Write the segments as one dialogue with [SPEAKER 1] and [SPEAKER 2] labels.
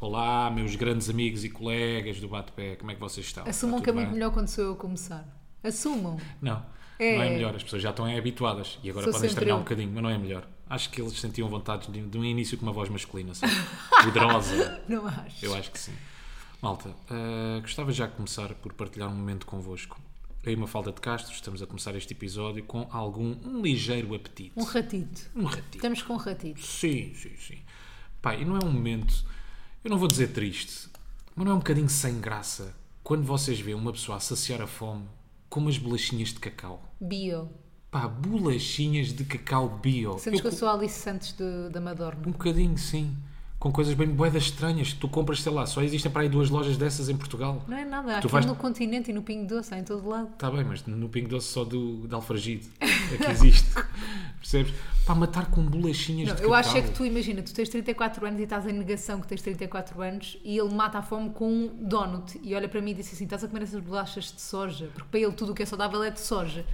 [SPEAKER 1] Olá, meus grandes amigos e colegas do Bate-Pé, como é que vocês estão?
[SPEAKER 2] Assumam
[SPEAKER 1] Está
[SPEAKER 2] que é
[SPEAKER 1] tudo
[SPEAKER 2] muito
[SPEAKER 1] bem?
[SPEAKER 2] melhor quando sou eu a começar. Assumam.
[SPEAKER 1] Não,
[SPEAKER 2] É.
[SPEAKER 1] não é melhor, as pessoas já estão é habituadas e agora
[SPEAKER 2] Sou
[SPEAKER 1] podem
[SPEAKER 2] sempre
[SPEAKER 1] estranhar
[SPEAKER 2] eu.
[SPEAKER 1] um bocadinho, mas não é melhor. Acho que eles sentiam vontade de, de um início com uma voz masculina, assim, poderosa.
[SPEAKER 2] Não acho.
[SPEAKER 1] Eu acho que sim. Malta, ah, gostava já de começar por partilhar um momento convosco. Eu e uma falta de Castro estamos a começar este episódio com algum um ligeiro apetite.
[SPEAKER 2] Um ratito.
[SPEAKER 1] Um ratito.
[SPEAKER 2] Estamos com um ratito.
[SPEAKER 1] Sim, sim, sim. Pá, e não é um momento, eu não vou dizer triste, mas não é um bocadinho sem graça quando vocês veem uma pessoa a saciar a fome com umas bolachinhas de cacau.
[SPEAKER 2] Bio.
[SPEAKER 1] Pá, bolachinhas de cacau bio.
[SPEAKER 2] Sentes
[SPEAKER 1] Eu
[SPEAKER 2] que eu
[SPEAKER 1] co-
[SPEAKER 2] sou a Alice Santos de- da Madorna.
[SPEAKER 1] Um bocadinho, sim. Com coisas bem boedas estranhas que tu compras, sei lá, só existem para aí duas lojas dessas em Portugal.
[SPEAKER 2] Não é nada. Há
[SPEAKER 1] Tu
[SPEAKER 2] aquilo
[SPEAKER 1] vais-
[SPEAKER 2] no continente e no Pingo Doce, há em todo lado.
[SPEAKER 1] Está bem, mas no Pingo Doce só do, de alfragido é que existe. Percebes? Pá, matar com bolachinhas
[SPEAKER 2] Não,
[SPEAKER 1] de
[SPEAKER 2] eu
[SPEAKER 1] cacau.
[SPEAKER 2] acho é que tu imagina, tu tens 34 anos e estás em negação que tens 34 anos e ele mata a fome com um donut e olha para mim e disse assim: estás a comer essas bolachas de soja? Porque para ele tudo o que é saudável é de soja.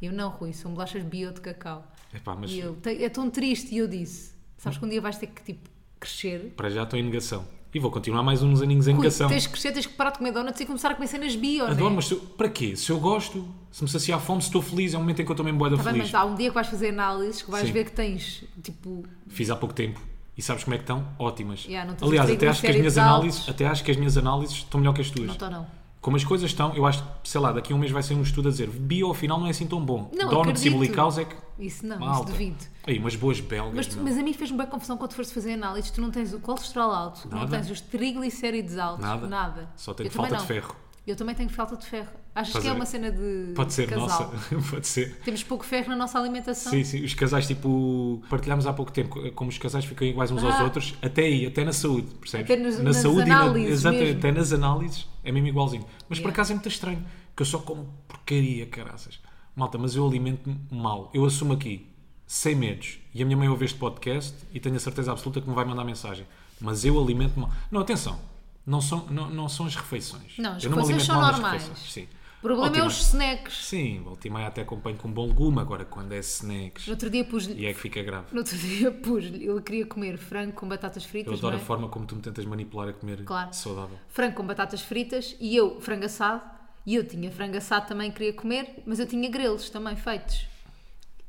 [SPEAKER 2] E eu não, Rui, são bolachas bio de cacau.
[SPEAKER 1] Epá, mas
[SPEAKER 2] E ele "Tem- é tão triste e eu disse:
[SPEAKER 1] Hum.
[SPEAKER 2] sabes que um dia vais ter que tipo crescer.
[SPEAKER 1] para já estou em negação. E vou continuar mais uns aninhos em
[SPEAKER 2] Rui,
[SPEAKER 1] negação.
[SPEAKER 2] tens que crescer, tens que parar de comer donuts e começar a comer cenas bio, não
[SPEAKER 1] Adoro,
[SPEAKER 2] é?
[SPEAKER 1] mas se eu- para quê? Se eu gosto, se me saciar a fome, se estou feliz, é um momento em que eu também boeda
[SPEAKER 2] Tá bem,
[SPEAKER 1] feliz.
[SPEAKER 2] mas há um dia que vais fazer análises que vais
[SPEAKER 1] Sim.
[SPEAKER 2] ver que tens tipo
[SPEAKER 1] Fiz há pouco tempo. E sabes como é que estão? Ótimas.
[SPEAKER 2] Yeah, não tens
[SPEAKER 1] Aliás,
[SPEAKER 2] os
[SPEAKER 1] até acho, que as
[SPEAKER 2] triglicéridos
[SPEAKER 1] minhas análises, até acho que as minhas análises estão melhor que as tuas.
[SPEAKER 2] não estou não.
[SPEAKER 1] Como as coisas estão, eu acho que, sei lá, daqui a um mês vai ser um estudo a dizer bio afinal não é assim tão bom.
[SPEAKER 2] Não,
[SPEAKER 1] Donuts e
[SPEAKER 2] acredito.
[SPEAKER 1] bolicaus é que.
[SPEAKER 2] Isso não,
[SPEAKER 1] Malta.
[SPEAKER 2] isso duvido.
[SPEAKER 1] Aí, umas boas belgas.
[SPEAKER 2] Mas,
[SPEAKER 1] meu.
[SPEAKER 2] mas a mim fez-me bem confusão quando tu foste fazer análises. Tu não tens o colesterol alto, não
[SPEAKER 1] Nada.
[SPEAKER 2] tens os triglicéridos altos,
[SPEAKER 1] Nada.
[SPEAKER 2] nada.
[SPEAKER 1] Só tenho
[SPEAKER 2] Eu também
[SPEAKER 1] falta de
[SPEAKER 2] não.
[SPEAKER 1] ferro.
[SPEAKER 2] Eu também tenho falta de ferro. Achas
[SPEAKER 1] Fazer-
[SPEAKER 2] que é uma cena de.
[SPEAKER 1] Pode ser,
[SPEAKER 2] casal?
[SPEAKER 1] nossa. Pode ser.
[SPEAKER 2] Temos pouco ferro na nossa alimentação.
[SPEAKER 1] Sim, sim, os casais, tipo, partilhámos há pouco tempo, eh, como os casais ficam iguais uns aos
[SPEAKER 2] Ah.
[SPEAKER 1] outros, até aí, até na saúde, percebes?
[SPEAKER 2] Até nas-
[SPEAKER 1] na
[SPEAKER 2] nas
[SPEAKER 1] saúde e
[SPEAKER 2] análises
[SPEAKER 1] na, exatamente,
[SPEAKER 2] mesmo.
[SPEAKER 1] até nas análises é mesmo igualzinho. Mas por
[SPEAKER 2] Yeah.
[SPEAKER 1] acaso é muito estranho, que eu só como porcaria, caraças. Malta, mas eu alimento-me mal. Eu assumo aqui, sem medos. E a minha mãe ouve este podcast e tenho a certeza absoluta que me vai mandar mensagem. Mas eu alimento-me mal. Não, atenção, não são, não, não são as refeições.
[SPEAKER 2] Não, as
[SPEAKER 1] Eu me
[SPEAKER 2] refeições
[SPEAKER 1] alimento
[SPEAKER 2] são
[SPEAKER 1] mal nas
[SPEAKER 2] normais.
[SPEAKER 1] refeições, Sim.
[SPEAKER 2] O problema
[SPEAKER 1] Volta e
[SPEAKER 2] é
[SPEAKER 1] meia-
[SPEAKER 2] os snacks.
[SPEAKER 1] Sim, volta e meia até acompanho com bom legume, agora quando é snacks.
[SPEAKER 2] No outro dia pus-lhe.
[SPEAKER 1] E é que fica grave.
[SPEAKER 2] No outro dia pus-lhe. Ele queria comer frango com batatas
[SPEAKER 1] Eu
[SPEAKER 2] fritas.
[SPEAKER 1] adoro a
[SPEAKER 2] não é?
[SPEAKER 1] forma como tu me tentas manipular a comer
[SPEAKER 2] Claro.
[SPEAKER 1] saudável.
[SPEAKER 2] frango com batatas fritas e eu frango assado e eu tinha frango assado também queria comer mas eu tinha grelos também feitos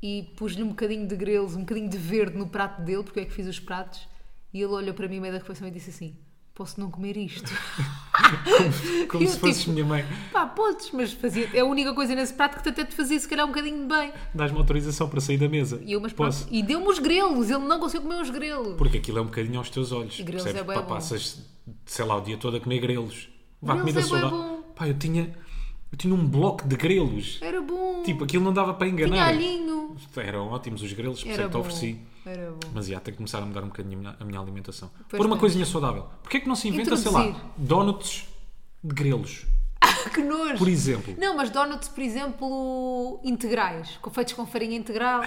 [SPEAKER 2] e pus-lhe um bocadinho de grelos um bocadinho de verde no prato dele porque eu é que fiz os pratos e ele olhou para mim no meio da refeição e disse assim posso não comer isto
[SPEAKER 1] Como
[SPEAKER 2] Eu,
[SPEAKER 1] se fosses
[SPEAKER 2] tipo,
[SPEAKER 1] minha mãe.
[SPEAKER 2] pá podes mas fazia é a única coisa nesse prato que te até te fazia se calhar um bocadinho de bem
[SPEAKER 1] Dás-me autorização para sair da mesa.
[SPEAKER 2] e eu mas pronto.
[SPEAKER 1] Posso.
[SPEAKER 2] e deu-me os grelos ele não conseguiu comer os grelos
[SPEAKER 1] Porque aquilo é um bocadinho aos teus olhos.
[SPEAKER 2] E grelos
[SPEAKER 1] percebes?
[SPEAKER 2] é bué
[SPEAKER 1] Pá,
[SPEAKER 2] bom.
[SPEAKER 1] passas, sei lá, o dia todo a comer grelos. Vá,
[SPEAKER 2] Grelos
[SPEAKER 1] comida
[SPEAKER 2] é bué
[SPEAKER 1] saudável.
[SPEAKER 2] bom.
[SPEAKER 1] Pá, eu tinha, eu tinha um bloco de grelos.
[SPEAKER 2] era bom
[SPEAKER 1] Tipo, aquilo não dava para
[SPEAKER 2] tinha
[SPEAKER 1] enganar.
[SPEAKER 2] alhinho
[SPEAKER 1] Eram ótimos os grelos, por isso é
[SPEAKER 2] era
[SPEAKER 1] que te
[SPEAKER 2] bom
[SPEAKER 1] ofereci.
[SPEAKER 2] era bom
[SPEAKER 1] Mas já, tenho que começar a mudar um bocadinho a minha, a minha alimentação. Por
[SPEAKER 2] Pois
[SPEAKER 1] uma
[SPEAKER 2] tens.
[SPEAKER 1] coisinha saudável. Porquê é que não se inventa, sei lá,
[SPEAKER 2] Introduzir.
[SPEAKER 1] donuts de grelos?
[SPEAKER 2] que nojo
[SPEAKER 1] Por exemplo.
[SPEAKER 2] Não, mas donuts, por exemplo, integrais, com- feitos com farinha integral.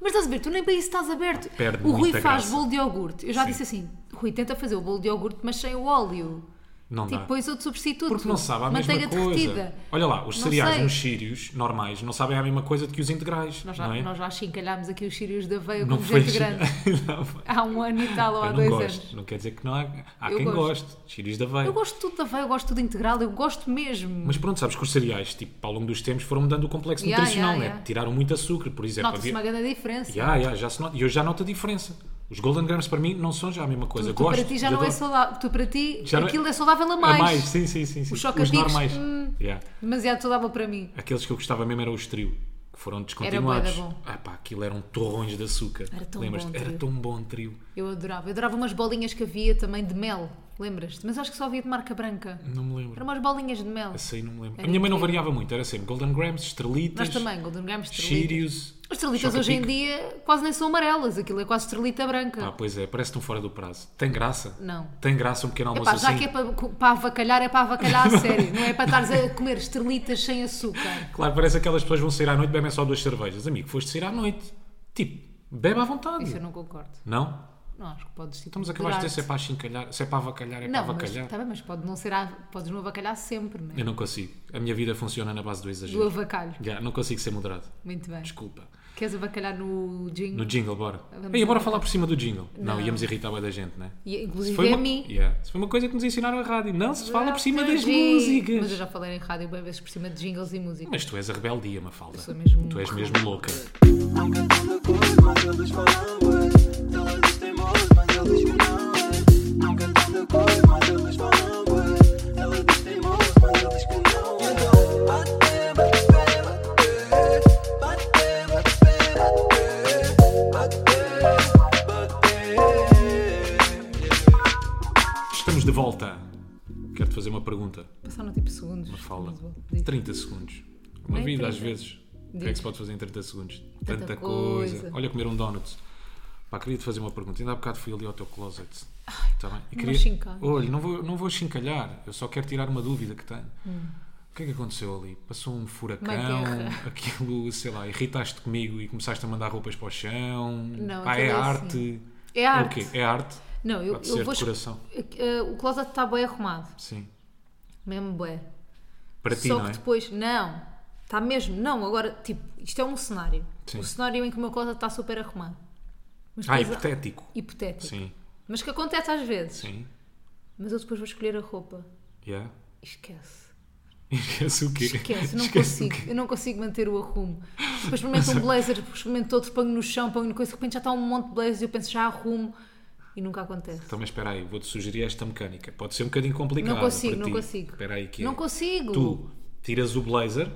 [SPEAKER 2] Mas estás a ver, tu nem para isso estás aberto.
[SPEAKER 1] Perde
[SPEAKER 2] o Rui
[SPEAKER 1] muita
[SPEAKER 2] faz
[SPEAKER 1] graça.
[SPEAKER 2] bolo de iogurte. Eu já
[SPEAKER 1] Sim.
[SPEAKER 2] disse assim, Rui, tenta fazer o bolo de iogurte, mas sem o óleo.
[SPEAKER 1] Não
[SPEAKER 2] tipo,
[SPEAKER 1] dá.
[SPEAKER 2] pões outro substituto.
[SPEAKER 1] Porque não sabe a
[SPEAKER 2] Manteiga
[SPEAKER 1] mesma coisa.
[SPEAKER 2] derretida.
[SPEAKER 1] Olha lá, os
[SPEAKER 2] Não
[SPEAKER 1] cereais
[SPEAKER 2] sei.
[SPEAKER 1] nos sírios normais não sabem a mesma coisa do que os integrais.
[SPEAKER 2] Nós já,
[SPEAKER 1] não é?
[SPEAKER 2] nós já chincalhámos aqui os sírios da veia
[SPEAKER 1] Não
[SPEAKER 2] como
[SPEAKER 1] foi-
[SPEAKER 2] gente grande.
[SPEAKER 1] Não foi.
[SPEAKER 2] Há um ano e tal, ou há
[SPEAKER 1] Eu não
[SPEAKER 2] dois
[SPEAKER 1] gosto.
[SPEAKER 2] anos.
[SPEAKER 1] Não quer dizer que não há. Há
[SPEAKER 2] Eu
[SPEAKER 1] quem
[SPEAKER 2] gosto.
[SPEAKER 1] goste. Sírios da veia.
[SPEAKER 2] Eu gosto de tudo da veia, eu gosto de tudo integral, eu gosto mesmo.
[SPEAKER 1] Mas pronto, sabes que os cereais, tipo, ao longo dos tempos, foram mudando o complexo
[SPEAKER 2] Yeah,
[SPEAKER 1] nutricional,
[SPEAKER 2] yeah,
[SPEAKER 1] né?
[SPEAKER 2] yeah.
[SPEAKER 1] Tiraram muito açúcar, por exemplo.
[SPEAKER 2] Nota-se uma grande diferença.
[SPEAKER 1] Yeah, yeah, já se nota. E eu já noto a diferença. Os Golden Grams para mim não são já a mesma coisa.
[SPEAKER 2] Tu, tu
[SPEAKER 1] gosto.
[SPEAKER 2] para ti já
[SPEAKER 1] eu
[SPEAKER 2] não é
[SPEAKER 1] adoro.
[SPEAKER 2] saudável. Tu para ti
[SPEAKER 1] Já não é-
[SPEAKER 2] aquilo é saudável a mais.
[SPEAKER 1] A mais, sim, sim, sim. sim. Os,
[SPEAKER 2] chocadicos,
[SPEAKER 1] normais.
[SPEAKER 2] hum.
[SPEAKER 1] Yeah.
[SPEAKER 2] Demasiado saudável para mim.
[SPEAKER 1] Aqueles que eu gostava mesmo eram os trio, que foram descontinuados.
[SPEAKER 2] Era bué da bom.
[SPEAKER 1] Ah pá, aquilo eram torrões de açúcar.
[SPEAKER 2] Era tão
[SPEAKER 1] Lembras-te?
[SPEAKER 2] bom,
[SPEAKER 1] Era
[SPEAKER 2] trio.
[SPEAKER 1] tão bom trio.
[SPEAKER 2] Eu adorava. Eu adorava umas bolinhas que havia também de mel, lembras-te? Mas acho que só havia de marca branca.
[SPEAKER 1] Não me lembro.
[SPEAKER 2] Eram umas bolinhas de mel.
[SPEAKER 1] Essa aí não me lembro.
[SPEAKER 2] Era
[SPEAKER 1] a minha mãe não
[SPEAKER 2] incrível.
[SPEAKER 1] variava muito, era sempre Golden Grams, Estrelitas,
[SPEAKER 2] Nós também, Golden Grams, estrelitas.
[SPEAKER 1] Cheerios.
[SPEAKER 2] As estrelitas hoje em
[SPEAKER 1] Chocapic.
[SPEAKER 2] dia quase nem são amarelas, aquilo é quase estrelita branca.
[SPEAKER 1] Ah, pois é, parece-te um fora do prazo. Tem graça?
[SPEAKER 2] Não.
[SPEAKER 1] Tem graça um pequeno almoço
[SPEAKER 2] Epá, já
[SPEAKER 1] assim?
[SPEAKER 2] que é para, para avacalhar, é para avacalhar a sério. Não é para estares a comer estrelitas sem açúcar.
[SPEAKER 1] Claro, parece aquelas pessoas que vão sair à noite bebem só duas cervejas. Amigo, foste sair à noite. Tipo, bebe à vontade.
[SPEAKER 2] Isso eu não concordo.
[SPEAKER 1] Não?
[SPEAKER 2] Não, acho que podes tipo,
[SPEAKER 1] Estamos acabaste de dizer se é
[SPEAKER 2] durar-te.
[SPEAKER 1] para chincalhar, se é para avacalhar, é
[SPEAKER 2] Não,
[SPEAKER 1] para
[SPEAKER 2] mas,
[SPEAKER 1] avacalhar.
[SPEAKER 2] tá bem, mas pode não ser a, podes não avacalhar sempre, não é?
[SPEAKER 1] Eu não consigo. A minha vida funciona na base do
[SPEAKER 2] Do
[SPEAKER 1] exagero.
[SPEAKER 2] avacalho.
[SPEAKER 1] Já, não consigo ser moderado.
[SPEAKER 2] Muito bem.
[SPEAKER 1] Desculpa.
[SPEAKER 2] Queres abacalhar no jingle?
[SPEAKER 1] No jingle, bora.
[SPEAKER 2] Vamos
[SPEAKER 1] Ei, bora
[SPEAKER 2] lá.
[SPEAKER 1] falar por cima do jingle. Não,
[SPEAKER 2] Não.
[SPEAKER 1] íamos irritar bem da gente, né?
[SPEAKER 2] E,
[SPEAKER 1] Se
[SPEAKER 2] inclusive
[SPEAKER 1] foi,
[SPEAKER 2] é
[SPEAKER 1] uma...
[SPEAKER 2] a mim.
[SPEAKER 1] Yeah. Se foi uma coisa que nos ensinaram a rádio. Não se fala por cima
[SPEAKER 2] Não,
[SPEAKER 1] das
[SPEAKER 2] sim.
[SPEAKER 1] músicas.
[SPEAKER 2] Mas eu
[SPEAKER 1] Mas,
[SPEAKER 2] já falei em rádio bem vezes por cima de jingles e música.
[SPEAKER 1] tu és a rebeldia, Mafalda.
[SPEAKER 2] sou mesmo
[SPEAKER 1] tu és mesmo louca.
[SPEAKER 3] Nunca tô na cor, mas eles falam ué. Eles têm moço, mas eles que não é. Nunca tô na cor, mas eles falam ué. Eles têm moço, mas eles que não é. Então, bate, bate, bate, bate. Bate, bate, bate, bate. Yeah.
[SPEAKER 1] Estamos de volta. Quero-te fazer uma pergunta,
[SPEAKER 2] Passaram tipo segundos.
[SPEAKER 1] Mafalda.
[SPEAKER 2] Mas bom, diz.
[SPEAKER 1] 30 segundos. Uma
[SPEAKER 2] Nem
[SPEAKER 1] vida,
[SPEAKER 2] 30.
[SPEAKER 1] às vezes. O que é que
[SPEAKER 2] Diz.
[SPEAKER 1] se pode fazer em 30 segundos?
[SPEAKER 2] Tanta
[SPEAKER 1] Tanta, coisa.
[SPEAKER 2] coisa.
[SPEAKER 1] Olha, comer um donut. Pá, queria-te fazer uma pergunta. Ainda há bocado fui ali ao teu closet. Tá bem? E
[SPEAKER 2] não chincalhes.
[SPEAKER 1] Olha, não vou, não vou chincalhar. Eu só quero tirar uma dúvida que tenho. O que é que aconteceu ali? Passou um furacão,
[SPEAKER 2] Hum. guerra.
[SPEAKER 1] aquilo, sei lá, irritaste comigo e começaste a mandar roupas para o chão.
[SPEAKER 2] Não,
[SPEAKER 1] Pá, é,
[SPEAKER 2] aquilo é
[SPEAKER 1] arte.
[SPEAKER 2] É
[SPEAKER 1] É o
[SPEAKER 2] arte.
[SPEAKER 1] quê? É arte?
[SPEAKER 2] Não, eu,
[SPEAKER 1] Pode
[SPEAKER 2] eu
[SPEAKER 1] ser
[SPEAKER 2] vou.
[SPEAKER 1] decoração.
[SPEAKER 2] Eh, o closet está bem arrumado.
[SPEAKER 1] Sim.
[SPEAKER 2] Mesmo bem.
[SPEAKER 1] Para ti,
[SPEAKER 2] Só
[SPEAKER 1] não
[SPEAKER 2] que
[SPEAKER 1] é?
[SPEAKER 2] depois, não, está mesmo, não, agora, tipo, isto é um cenário.
[SPEAKER 1] Sim.
[SPEAKER 2] O cenário em que o meu closet está super arrumado. Mas
[SPEAKER 1] Ah,
[SPEAKER 2] depois há-
[SPEAKER 1] hipotético.
[SPEAKER 2] hipotético.
[SPEAKER 1] Sim,
[SPEAKER 2] Mas que acontece às vezes.
[SPEAKER 1] sim.
[SPEAKER 2] Mas eu depois vou escolher a roupa.
[SPEAKER 1] Yeah.
[SPEAKER 2] Esquece.
[SPEAKER 1] Esquece o quê?
[SPEAKER 2] Esquece, eu não
[SPEAKER 1] Esquece o
[SPEAKER 2] consigo.
[SPEAKER 1] quê?
[SPEAKER 2] Eu não consigo manter o arrumo. Depois experimento um blazer, depois experimento outro, ponho no chão, ponho no coisa, de repente já está um monte de blazers e eu penso, já arrumo. E nunca acontece.
[SPEAKER 1] Então, mas espera aí, vou-te sugerir esta mecânica. Pode ser um bocadinho complicada.
[SPEAKER 2] Não consigo,
[SPEAKER 1] para
[SPEAKER 2] não
[SPEAKER 1] ti.
[SPEAKER 2] consigo.
[SPEAKER 1] Espera aí, que é.
[SPEAKER 2] Não consigo.
[SPEAKER 1] Tu tiras o blazer,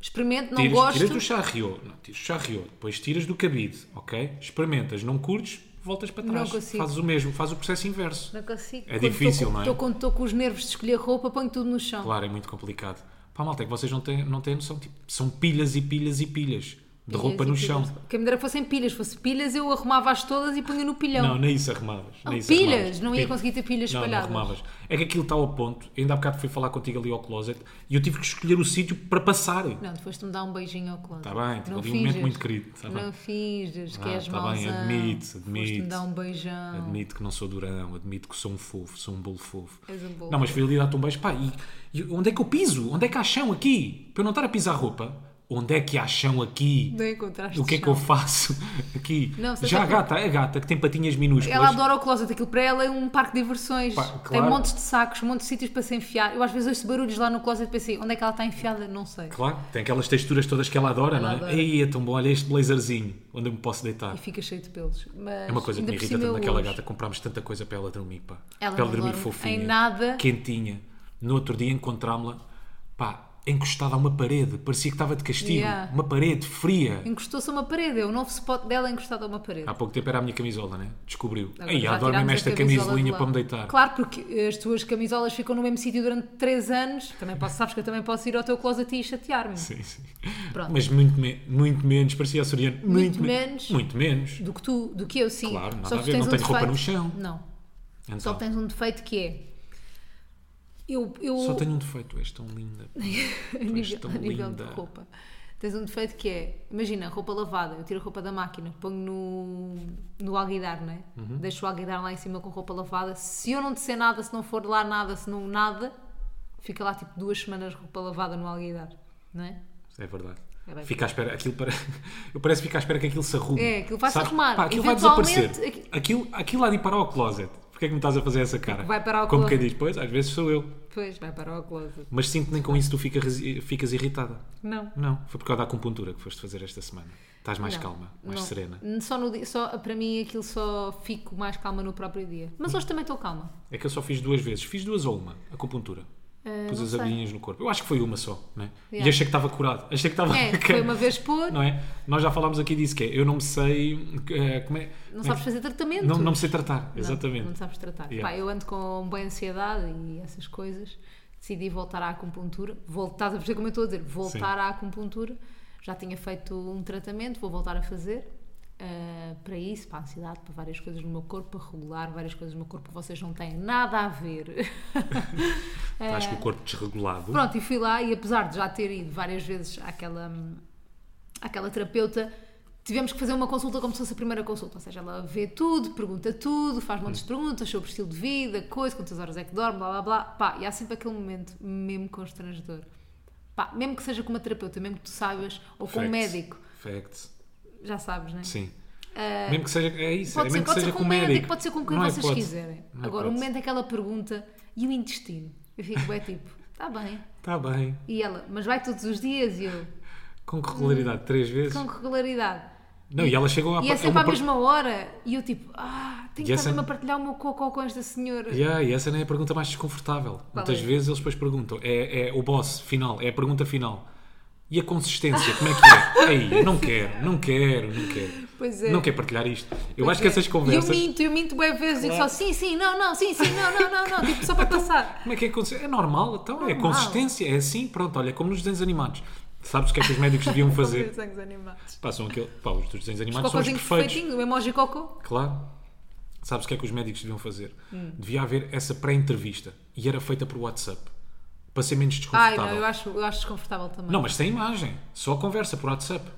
[SPEAKER 2] Experimento, não
[SPEAKER 1] tiras,
[SPEAKER 2] gosto.
[SPEAKER 1] tiras do charriot, não, tiras do charriot, depois tiras do cabide, ok? Experimentas, não curtes, voltas para
[SPEAKER 2] Não
[SPEAKER 1] trás.
[SPEAKER 2] consigo.
[SPEAKER 1] Fazes o mesmo, fazes o processo inverso.
[SPEAKER 2] Não consigo.
[SPEAKER 1] É difícil,
[SPEAKER 2] estou, com-
[SPEAKER 1] não é?
[SPEAKER 2] Estou, com- estou com os nervos de escolher roupa, ponho tudo no chão.
[SPEAKER 1] Claro, é muito complicado. Pá, malta, é que vocês não têm, não têm noção. Tipo, são pilhas e pilhas e pilhas de roupa no
[SPEAKER 2] Pilhas e
[SPEAKER 1] chão.
[SPEAKER 2] pilhas. Quem me dera é que fossem pilhas. Fosse pilhas, eu arrumava-as todas e punha no pilhão.
[SPEAKER 1] Não, nem isso arrumavas.
[SPEAKER 2] Ah,
[SPEAKER 1] nem isso
[SPEAKER 2] pilhas?
[SPEAKER 1] arrumavas.
[SPEAKER 2] Não ia conseguir ter pilhas
[SPEAKER 1] não,
[SPEAKER 2] espalhadas.
[SPEAKER 1] Não arrumavas. É que aquilo está ao ponto. Ainda há bocado fui falar contigo ali ao closet e eu tive que escolher o sítio para passar.
[SPEAKER 2] Não, depois tu me dá um beijinho ao clã.
[SPEAKER 1] Tá bem, tive ali um momento muito querido, tá bem.
[SPEAKER 2] não finges que
[SPEAKER 1] Ah,
[SPEAKER 2] és
[SPEAKER 1] tá bem,
[SPEAKER 2] mauzão.
[SPEAKER 1] admite, admite.
[SPEAKER 2] Foste-me dar um beijão.
[SPEAKER 1] Admito que não sou durão, admito que sou um fofo, sou um bolo fofo.
[SPEAKER 2] És um bolo
[SPEAKER 1] Não, mas fui ali dar-te um beijo. Pá, e, e onde é que eu piso? Onde é que há chão aqui? Para eu não estar a pisar roupa, onde é que há chão aqui?
[SPEAKER 2] Não encontraste
[SPEAKER 1] O que é que
[SPEAKER 2] chão.
[SPEAKER 1] eu faço aqui?
[SPEAKER 2] Não, sei
[SPEAKER 1] Já
[SPEAKER 2] lá
[SPEAKER 1] a
[SPEAKER 2] que-
[SPEAKER 1] gata, a gata que tem patinhas minúsculas.
[SPEAKER 2] Ela adora o closet, aquilo para ela é um parque de diversões.
[SPEAKER 1] Pá,
[SPEAKER 2] Tem
[SPEAKER 1] claro.
[SPEAKER 2] montes de sacos, montes de sítios para se enfiar. Eu às vezes ouço barulhos lá no closet e pensei, onde é que ela está enfiada? Não sei.
[SPEAKER 1] Claro, tem aquelas texturas todas que ela adora,
[SPEAKER 2] Ela
[SPEAKER 1] não é?
[SPEAKER 2] adora.
[SPEAKER 1] Ei, é tão bom, olha este blazerzinho, onde eu me posso deitar.
[SPEAKER 2] E fica cheio de pelos. Mas
[SPEAKER 1] É uma coisa que
[SPEAKER 2] ainda
[SPEAKER 1] me
[SPEAKER 2] por
[SPEAKER 1] irrita
[SPEAKER 2] cima
[SPEAKER 1] tanto
[SPEAKER 2] eu
[SPEAKER 1] naquela
[SPEAKER 2] hoje-
[SPEAKER 1] gata. Comprámos tanta coisa para ela dormir, pá.
[SPEAKER 2] Ela
[SPEAKER 1] para
[SPEAKER 2] não
[SPEAKER 1] ela dormir
[SPEAKER 2] dorme
[SPEAKER 1] fofinha.
[SPEAKER 2] em nada.
[SPEAKER 1] Quentinha. No outro dia encontrámos-la, pá, encostada a uma parede. Parecia que estava de castigo.
[SPEAKER 2] Yeah.
[SPEAKER 1] Uma parede fria.
[SPEAKER 2] Encostou-se a uma parede, é o novo spot dela encostado a uma parede.
[SPEAKER 1] Há pouco tempo era a minha camisola, né? Descobriu.
[SPEAKER 2] Agora
[SPEAKER 1] Ah, Ei,
[SPEAKER 2] já
[SPEAKER 1] adoro-me
[SPEAKER 2] tirámos a
[SPEAKER 1] esta
[SPEAKER 2] camisola do
[SPEAKER 1] camisolinha
[SPEAKER 2] lado.
[SPEAKER 1] para me deitar.
[SPEAKER 2] Claro, porque as tuas camisolas ficam no mesmo sítio durante 3 anos. Também posso, sabes que eu também posso ir ao teu closet e chatear-me.
[SPEAKER 1] Sim, sim.
[SPEAKER 2] Pronto.
[SPEAKER 1] Mas muito, me- muito menos, parecia a Soriano. Muito,
[SPEAKER 2] Muito
[SPEAKER 1] me-
[SPEAKER 2] menos.
[SPEAKER 1] Muito menos.
[SPEAKER 2] Do que tu, do que eu, sim.
[SPEAKER 1] Claro, nada
[SPEAKER 2] Só
[SPEAKER 1] a
[SPEAKER 2] que
[SPEAKER 1] ver,
[SPEAKER 2] tens
[SPEAKER 1] não
[SPEAKER 2] um
[SPEAKER 1] tenho roupa
[SPEAKER 2] defeito-
[SPEAKER 1] no chão.
[SPEAKER 2] Não,
[SPEAKER 1] Então,
[SPEAKER 2] só tens um defeito que é. Eu, eu
[SPEAKER 1] só tenho um defeito. És tão linda. pá.
[SPEAKER 2] a nível,
[SPEAKER 1] tão
[SPEAKER 2] a nível
[SPEAKER 1] linda.
[SPEAKER 2] de roupa. Tens um defeito que é, imagina, roupa lavada, eu tiro a roupa da máquina, ponho no, no alguidar, né?
[SPEAKER 1] Uhum.
[SPEAKER 2] Deixo o alguidar lá em cima com roupa lavada. Se eu não disser nada, se não for lá nada, se não nada, fica lá tipo duas semanas roupa lavada no alguidar, não é?
[SPEAKER 1] É verdade.
[SPEAKER 2] É bem.
[SPEAKER 1] Fica à espera, aquilo para... Eu parece ficar à espera que aquilo se arrume.
[SPEAKER 2] É, aquilo vai se
[SPEAKER 1] Sabes?
[SPEAKER 2] arrumar.
[SPEAKER 1] Pá, aquilo vai
[SPEAKER 2] Eventualmente,
[SPEAKER 1] desaparecer.
[SPEAKER 2] aqui-
[SPEAKER 1] Aquilo, aquilo há de ir parar ao closet. Porquê é que me estás a fazer essa cara?
[SPEAKER 2] Vai parar ao
[SPEAKER 1] Como
[SPEAKER 2] closet.
[SPEAKER 1] quem diz, pois, às vezes sou eu.
[SPEAKER 2] Pois, vai para o closet.
[SPEAKER 1] Mas sinto que nem com isso tu fica resi- ficas irritada.
[SPEAKER 2] Não.
[SPEAKER 1] Não, foi por causa da acupuntura que foste fazer esta semana. Estás mais
[SPEAKER 2] Não,
[SPEAKER 1] calma, mais
[SPEAKER 2] não.
[SPEAKER 1] serena.
[SPEAKER 2] Só no dia- só, para mim aquilo só fico mais calma no próprio dia.
[SPEAKER 1] Uhum.
[SPEAKER 2] Mas hoje também estou calma.
[SPEAKER 1] É que eu só fiz duas vezes. Fiz duas ou uma, acupuntura.
[SPEAKER 2] Ah,
[SPEAKER 1] Pus
[SPEAKER 2] não
[SPEAKER 1] as
[SPEAKER 2] sei.
[SPEAKER 1] agulhinhas no corpo. Eu acho que foi uma só, né? E
[SPEAKER 2] Yeah.
[SPEAKER 1] achei que estava curado. Achei que estava.
[SPEAKER 2] É, foi uma vez por, não,
[SPEAKER 1] Não é? Nós já falámos aqui disso, que é, eu não me sei. eh, como é, como é
[SPEAKER 2] sabes
[SPEAKER 1] que-
[SPEAKER 2] fazer tratamento.
[SPEAKER 1] não, não me sei tratar,
[SPEAKER 2] Não,
[SPEAKER 1] exatamente.
[SPEAKER 2] Não, te sabes tratar.
[SPEAKER 1] Yeah.
[SPEAKER 2] Pá, eu ando com boa ansiedade e essas coisas. Decidi voltar à acupuntura. Voltar, estás a perceber como eu estou a dizer? Voltar à acupuntura. Já tinha feito um tratamento, vou voltar a fazer. ah, para isso, para a ansiedade, para várias coisas no meu corpo, para regular várias coisas no meu corpo que vocês não têm nada a ver. Ah,
[SPEAKER 1] Estás com o corpo desregulado.
[SPEAKER 2] É. Pronto, e fui lá e apesar de já ter ido várias vezes àquela, àquela terapeuta, tivemos que fazer uma consulta como se fosse a primeira consulta. Ou seja, ela vê tudo, pergunta tudo, faz montes de perguntas sobre o estilo de vida, coisa, quantas horas é que dorme, blá blá blá. Pá, e há sempre aquele momento mesmo constrangedor. Pá, mesmo que seja com uma terapeuta, mesmo que tu saibas, ou com
[SPEAKER 1] Facts.
[SPEAKER 2] um médico,
[SPEAKER 1] Facts.
[SPEAKER 2] já sabes, não é?
[SPEAKER 1] Sim. mesmo que seja. É isso. é
[SPEAKER 2] Pode ser,
[SPEAKER 1] mesmo
[SPEAKER 2] pode
[SPEAKER 1] que
[SPEAKER 2] ser
[SPEAKER 1] seja
[SPEAKER 2] com um
[SPEAKER 1] com o Eric.
[SPEAKER 2] médico, pode ser com quem
[SPEAKER 1] Não há
[SPEAKER 2] vocês
[SPEAKER 1] hipótese.
[SPEAKER 2] quiserem.
[SPEAKER 1] Não há
[SPEAKER 2] Agora, o
[SPEAKER 1] hipótese.
[SPEAKER 2] momento daquela pergunta e o intestino. Eu fico bem tipo, está bem.
[SPEAKER 1] Está Tá bem.
[SPEAKER 2] E ela, mas vai todos os dias e eu,
[SPEAKER 1] Com que regularidade? Três vezes?
[SPEAKER 2] com que regularidade.
[SPEAKER 1] Não, e elas chegam à
[SPEAKER 2] E
[SPEAKER 1] pa-
[SPEAKER 2] é
[SPEAKER 1] a
[SPEAKER 2] sempre
[SPEAKER 1] uma
[SPEAKER 2] à
[SPEAKER 1] par-
[SPEAKER 2] mesma hora. E eu tipo, ah, tenho que
[SPEAKER 1] E
[SPEAKER 2] estar
[SPEAKER 1] essa-
[SPEAKER 2] mesmo a partilhar o meu cocô com esta senhora.
[SPEAKER 1] Yeah, e essa não é a pergunta mais desconfortável. Muitas
[SPEAKER 2] é?
[SPEAKER 1] vezes eles depois perguntam. É, é o boss final, é a pergunta final. E a consistência, como é que é? Ei, não quero, não quero, não quero.
[SPEAKER 2] Pois é.
[SPEAKER 1] Não quero partilhar isto. Eu
[SPEAKER 2] Pois
[SPEAKER 1] acho que
[SPEAKER 2] é.
[SPEAKER 1] essas conversas.
[SPEAKER 2] E eu minto, eu minto bem vezes. Digo só,
[SPEAKER 1] Claro.
[SPEAKER 2] sim, sim, não, não, sim, sim, não, não, não, não. Tipo, só para passar.
[SPEAKER 1] Como é que é consistência? É normal, então é
[SPEAKER 2] Normal.
[SPEAKER 1] consistência, é assim, pronto, olha, como nos desenhos animados. Sabes o que é que os médicos deviam fazer?
[SPEAKER 2] Desenhos animados.
[SPEAKER 1] Passam aquele. Pá, os dos
[SPEAKER 2] Tipo
[SPEAKER 1] desenhos animados são os
[SPEAKER 2] Cocôzinho
[SPEAKER 1] perfeitos.
[SPEAKER 2] perfeitinho, o emoji cocô.
[SPEAKER 1] Claro. Sabes o que é que os médicos deviam fazer?
[SPEAKER 2] Hum.
[SPEAKER 1] Devia haver essa pré-entrevista e era feita por WhatsApp para ser menos
[SPEAKER 2] Ai,
[SPEAKER 1] desconfortável.
[SPEAKER 2] não, eu acho, eu acho desconfortável também.
[SPEAKER 1] tá Não, mas sem imagem, só conversa por WhatsApp.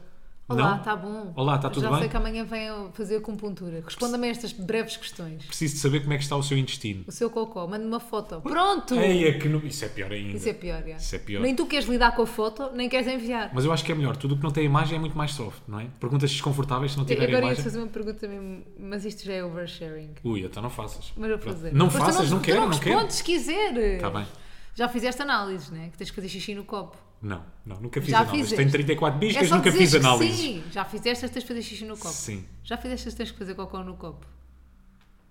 [SPEAKER 2] Olá,
[SPEAKER 1] não?
[SPEAKER 2] está bom.
[SPEAKER 1] Olá, está tudo
[SPEAKER 2] Já sei
[SPEAKER 1] bem?
[SPEAKER 2] que amanhã venho fazer acupuntura. Responda-me a estas breves questões.
[SPEAKER 1] Preciso de saber como é que está o seu intestino.
[SPEAKER 2] O seu cocó, manda-me uma foto. Pronto!
[SPEAKER 1] Ei, é que não- Isso é pior ainda.
[SPEAKER 2] Isso é pior, já.
[SPEAKER 1] Isso é pior.
[SPEAKER 2] Nem tu queres lidar com a foto, nem queres enviar.
[SPEAKER 1] Mas eu acho que é melhor. Tudo o que não tem imagem é muito mais soft, não é? Perguntas desconfortáveis se não tiver
[SPEAKER 2] Agora é ia
[SPEAKER 1] imagem.
[SPEAKER 2] fazer uma pergunta mesmo, mas isto já é oversharing.
[SPEAKER 1] Ui, então não faças.
[SPEAKER 2] Mas eu vou
[SPEAKER 1] Pronto.
[SPEAKER 2] fazer.
[SPEAKER 1] Não
[SPEAKER 2] Mas tu
[SPEAKER 1] faças, não,
[SPEAKER 2] tu
[SPEAKER 1] quero,
[SPEAKER 2] não
[SPEAKER 1] não quero.
[SPEAKER 2] respondes se quiseres.
[SPEAKER 1] Tá bem.
[SPEAKER 2] Já fizeste análises, né? Que tens que fazer xixi no copo.
[SPEAKER 1] Não, não, nunca fiz
[SPEAKER 2] Já
[SPEAKER 1] análises.
[SPEAKER 2] fizeste. É
[SPEAKER 1] Tenho 34 biscas,
[SPEAKER 2] só
[SPEAKER 1] nunca
[SPEAKER 2] dizeres
[SPEAKER 1] fiz
[SPEAKER 2] que
[SPEAKER 1] análises.
[SPEAKER 2] Sim, já fizeste, as tens que fazer xixi no copo.
[SPEAKER 1] Sim.
[SPEAKER 2] Já fizeste, as tens que fazer cocó no copo.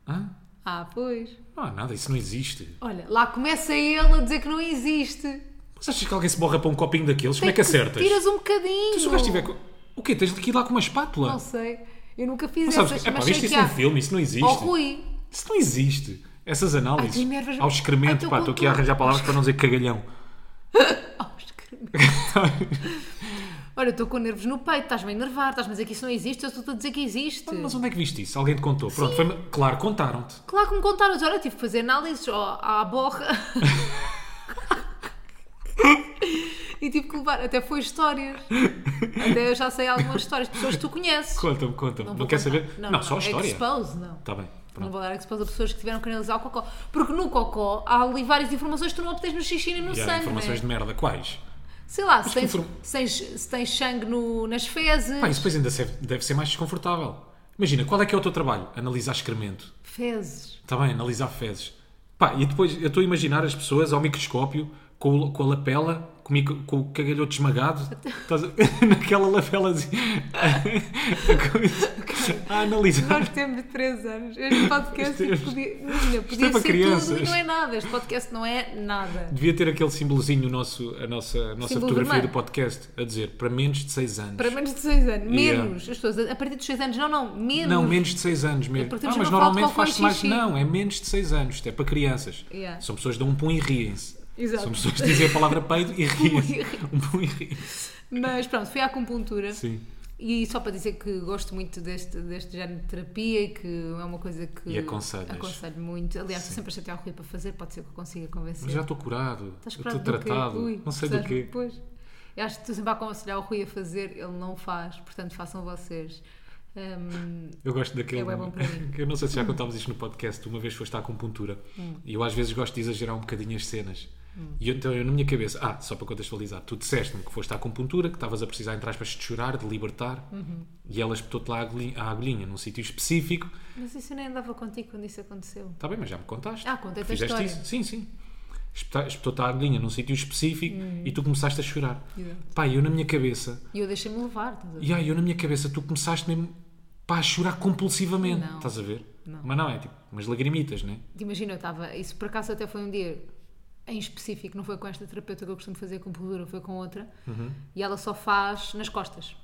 [SPEAKER 1] Hã?
[SPEAKER 2] Ah, pois.
[SPEAKER 1] Não há nada, isso não existe.
[SPEAKER 2] Olha, lá começa ele a dizer que não existe.
[SPEAKER 1] Mas achas que alguém se borra para um copinho daqueles? Como é
[SPEAKER 2] Tem
[SPEAKER 1] que acertas?
[SPEAKER 2] Tiras um bocadinho.
[SPEAKER 1] Se o gajo tiver. co- O quê? Tens de ir lá com uma espátula?
[SPEAKER 2] Não sei. Eu nunca fiz
[SPEAKER 1] Não
[SPEAKER 2] essas,
[SPEAKER 1] sabes que... Epá,
[SPEAKER 2] mas
[SPEAKER 1] viste
[SPEAKER 2] sei
[SPEAKER 1] isso
[SPEAKER 2] que há.
[SPEAKER 1] num um filme? Isso não existe.
[SPEAKER 2] Ó Rui,
[SPEAKER 1] Isso não existe. Essas análises.
[SPEAKER 2] Ai, tem nervos.
[SPEAKER 1] ao excremento,
[SPEAKER 2] Ai,
[SPEAKER 1] pá,
[SPEAKER 2] tô
[SPEAKER 1] estou
[SPEAKER 2] com
[SPEAKER 1] aqui a
[SPEAKER 2] tudo.
[SPEAKER 1] arranjar palavras para não dizer cagalhão.
[SPEAKER 2] Oh, excremento. Olha, eu estou com nervos no peito, estás-me a enervar, estás-me a dizer que isso não existe, eu estou a dizer que existe.
[SPEAKER 1] Mas onde é que viste isso? Alguém te contou? Pronto, foi... Claro, contaram-te.
[SPEAKER 2] Claro que me contaram, olha, eu tive que fazer análises ó, à borra. e tive que levar, até foi histórias. Até eu já sei algumas histórias, de pessoas que tu conheces.
[SPEAKER 1] Conta-me, conta-me. Não,
[SPEAKER 2] vou
[SPEAKER 1] quer
[SPEAKER 2] contar.
[SPEAKER 1] saber?
[SPEAKER 2] Não, é
[SPEAKER 1] só a história.
[SPEAKER 2] Expose, não.
[SPEAKER 1] Tá bem,
[SPEAKER 2] Não
[SPEAKER 1] pronto.
[SPEAKER 2] vou dar expose a pessoas que tiveram que analisar o cocó. Porque no cocó há ali várias informações que tu não obtens no xixi nem no
[SPEAKER 1] E há
[SPEAKER 2] sangue.
[SPEAKER 1] informações
[SPEAKER 2] né?
[SPEAKER 1] de merda. Quais?
[SPEAKER 2] Sei lá, se
[SPEAKER 1] que
[SPEAKER 2] tens,
[SPEAKER 1] inform-
[SPEAKER 2] se tens, se tens sangue no- nas fezes.
[SPEAKER 1] Pá, isso depois ainda se- deve ser mais desconfortável. Imagina, qual é que é o teu trabalho? Analisar excremento.
[SPEAKER 2] Fezes.
[SPEAKER 1] Está bem, analisar fezes. Pá, e depois eu estou a imaginar as pessoas ao microscópio com, o- com a lapela, com, o micro- com o cagalhoto esmagado, estás a- naquela lapelazinha a, coisa- a analisar.
[SPEAKER 2] Nós temos 3 anos. Este podcast
[SPEAKER 1] Este-
[SPEAKER 2] podia, imagina,
[SPEAKER 1] é
[SPEAKER 2] podia
[SPEAKER 1] para
[SPEAKER 2] ser
[SPEAKER 1] crianças.
[SPEAKER 2] tudo e não é nada. Este podcast não é nada.
[SPEAKER 1] Devia ter aquele símbolozinho, nosso, a nossa, a nossa
[SPEAKER 2] Símbolo
[SPEAKER 1] fotografia
[SPEAKER 2] vermelho.
[SPEAKER 1] do podcast, a dizer para menos de 6 anos.
[SPEAKER 2] Para menos de 6 anos.
[SPEAKER 1] Yeah.
[SPEAKER 2] Menos. As pessoas, a partir dos 6 anos, não, não. Menos.
[SPEAKER 1] Não, menos de 6 anos mesmo.
[SPEAKER 2] porque
[SPEAKER 1] Ah,
[SPEAKER 2] temos
[SPEAKER 1] mas
[SPEAKER 2] uma foto
[SPEAKER 1] normalmente
[SPEAKER 2] com cocô e
[SPEAKER 1] faz-se mais.
[SPEAKER 2] xixi.
[SPEAKER 1] Não, é menos de 6 anos, isto é para crianças.
[SPEAKER 2] Yeah.
[SPEAKER 1] São pessoas que dão um pum e riem-se.
[SPEAKER 2] Exato.
[SPEAKER 1] São pessoas que dizem a palavra peido e riem-se. um pum e riem
[SPEAKER 2] Mas pronto, fui à acupuntura.
[SPEAKER 1] Sim.
[SPEAKER 2] E só para dizer que gosto muito deste, deste género de terapia e que é uma coisa que
[SPEAKER 1] E aconselhas.
[SPEAKER 2] aconselho muito. Aliás, estou sempre a chatear o Rui para fazer, pode ser que eu consiga convencer.
[SPEAKER 1] Mas já estou curado,
[SPEAKER 2] Estás
[SPEAKER 1] eu estou
[SPEAKER 2] curado do quê?
[SPEAKER 1] tratado,
[SPEAKER 2] Ui,
[SPEAKER 1] não sei do
[SPEAKER 2] sabes,
[SPEAKER 1] quê.
[SPEAKER 2] Pois. Eu acho que estou sempre a aconselhar o Rui a fazer, ele não faz, portanto façam vocês. Hum,
[SPEAKER 1] Eu gosto daquele.
[SPEAKER 2] É bué bom para mim.
[SPEAKER 1] eu não sei se já contámos isto no podcast, uma vez foste à acupuntura
[SPEAKER 2] Hum.
[SPEAKER 1] e eu às vezes gosto de exagerar um bocadinho as cenas. E eu, então eu na minha cabeça, ah, só para contextualizar, tu disseste-me que foste à acupuntura, que estavas a precisar, entre aspas, de chorar, de libertar,
[SPEAKER 2] Uhum.
[SPEAKER 1] e ela espetou-te lá a agulhinha, a agulhinha num sítio específico.
[SPEAKER 2] mas isso eu nem andava contigo quando isso aconteceu.
[SPEAKER 1] Está Tá bem, mas já me contaste.
[SPEAKER 2] Ah, contei-te a
[SPEAKER 1] Fizeste
[SPEAKER 2] história.
[SPEAKER 1] isso? Sim, sim. Espeta- Espetou-te a agulhinha num sítio específico e tu começaste a chorar.
[SPEAKER 2] Uhum. Exato.
[SPEAKER 1] Pá, e eu na minha cabeça,
[SPEAKER 2] E eu deixei-me levar, estás a ver?
[SPEAKER 1] E aí, eu na minha cabeça, tu começaste mesmo pá, a chorar compulsivamente.
[SPEAKER 2] Não.
[SPEAKER 1] Estás a ver? Mas não, é tipo umas lagrimitas, né?
[SPEAKER 2] Imagina, eu estava. Isso por acaso até foi um dia em específico, não foi com esta terapeuta que eu costumo fazer com acupuntura, foi com outra.
[SPEAKER 1] Uhum.
[SPEAKER 2] E ela só faz nas costas.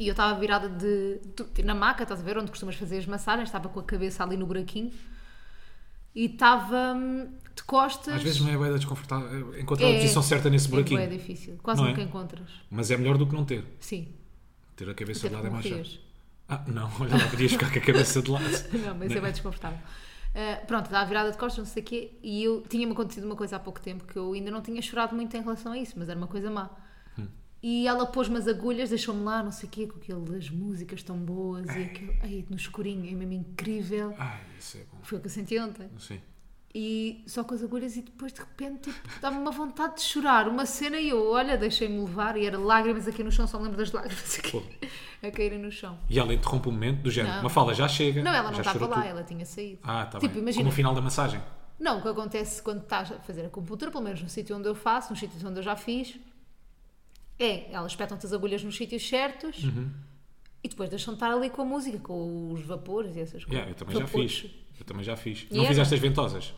[SPEAKER 2] E eu estava virada de, de- na maca, estás a ver? Onde costumas fazer as massagens, estava com a cabeça ali no buraquinho. E estava hum, de costas.
[SPEAKER 1] Às vezes não é bem desconfortável é encontrar
[SPEAKER 2] É,
[SPEAKER 1] a posição
[SPEAKER 2] é.
[SPEAKER 1] certa nesse
[SPEAKER 2] É
[SPEAKER 1] buraquinho.
[SPEAKER 2] bué difícil. Quase
[SPEAKER 1] Não é?
[SPEAKER 2] nunca encontras.
[SPEAKER 1] Mas é melhor do que não ter.
[SPEAKER 2] Sim.
[SPEAKER 1] Ter a cabeça
[SPEAKER 2] Até
[SPEAKER 1] de lado
[SPEAKER 2] porque
[SPEAKER 1] é mais chato.
[SPEAKER 2] morrias.
[SPEAKER 1] Ah, não, olha lá, podias ficar com a cabeça de lado.
[SPEAKER 2] Não, mas
[SPEAKER 1] Né?
[SPEAKER 2] é bem desconfortável. Ah, pronto, estava virada de costas, não sei o quê, e eu tinha-me acontecido uma coisa há pouco tempo que eu ainda não tinha chorado muito em relação a isso, mas era uma coisa má.
[SPEAKER 1] Hum.
[SPEAKER 2] E ela pôs-me as agulhas, deixou-me lá, não sei o quê, com aquele, as músicas tão boas e aquele, aí no escurinho, é mesmo incrível.
[SPEAKER 1] Ai, isso é bom.
[SPEAKER 2] Foi o que eu senti ontem.
[SPEAKER 1] Sim.
[SPEAKER 2] e só com as agulhas e depois de repente tipo, dá-me uma vontade de chorar, uma cena e eu, olha, deixei-me levar e era lágrimas aqui no chão, só me lembro das lágrimas aqui a caírem no chão.
[SPEAKER 1] E ela interrompe o momento do género.
[SPEAKER 2] Não.
[SPEAKER 1] Uma fala, já chega.
[SPEAKER 2] Não, ela não
[SPEAKER 1] já
[SPEAKER 2] estava
[SPEAKER 1] chorou
[SPEAKER 2] lá,
[SPEAKER 1] tudo.
[SPEAKER 2] ela tinha saído.
[SPEAKER 1] Ah, está
[SPEAKER 2] tipo,
[SPEAKER 1] bem.
[SPEAKER 2] imagina,
[SPEAKER 1] Como o final da massagem.
[SPEAKER 2] não, o que acontece quando estás a fazer acupuntura, pelo menos no sítio onde eu faço, nos sítios onde eu já fiz, é, elas espetam-te as agulhas nos sítios certos
[SPEAKER 1] Uhum.
[SPEAKER 2] e depois deixam estar ali com a música, com os vapores e essas coisas.
[SPEAKER 1] Yeah, eu também já
[SPEAKER 2] Vapores.
[SPEAKER 1] fiz. Eu também já fiz.
[SPEAKER 2] E
[SPEAKER 1] não
[SPEAKER 2] era?
[SPEAKER 1] fizeste as ventosas?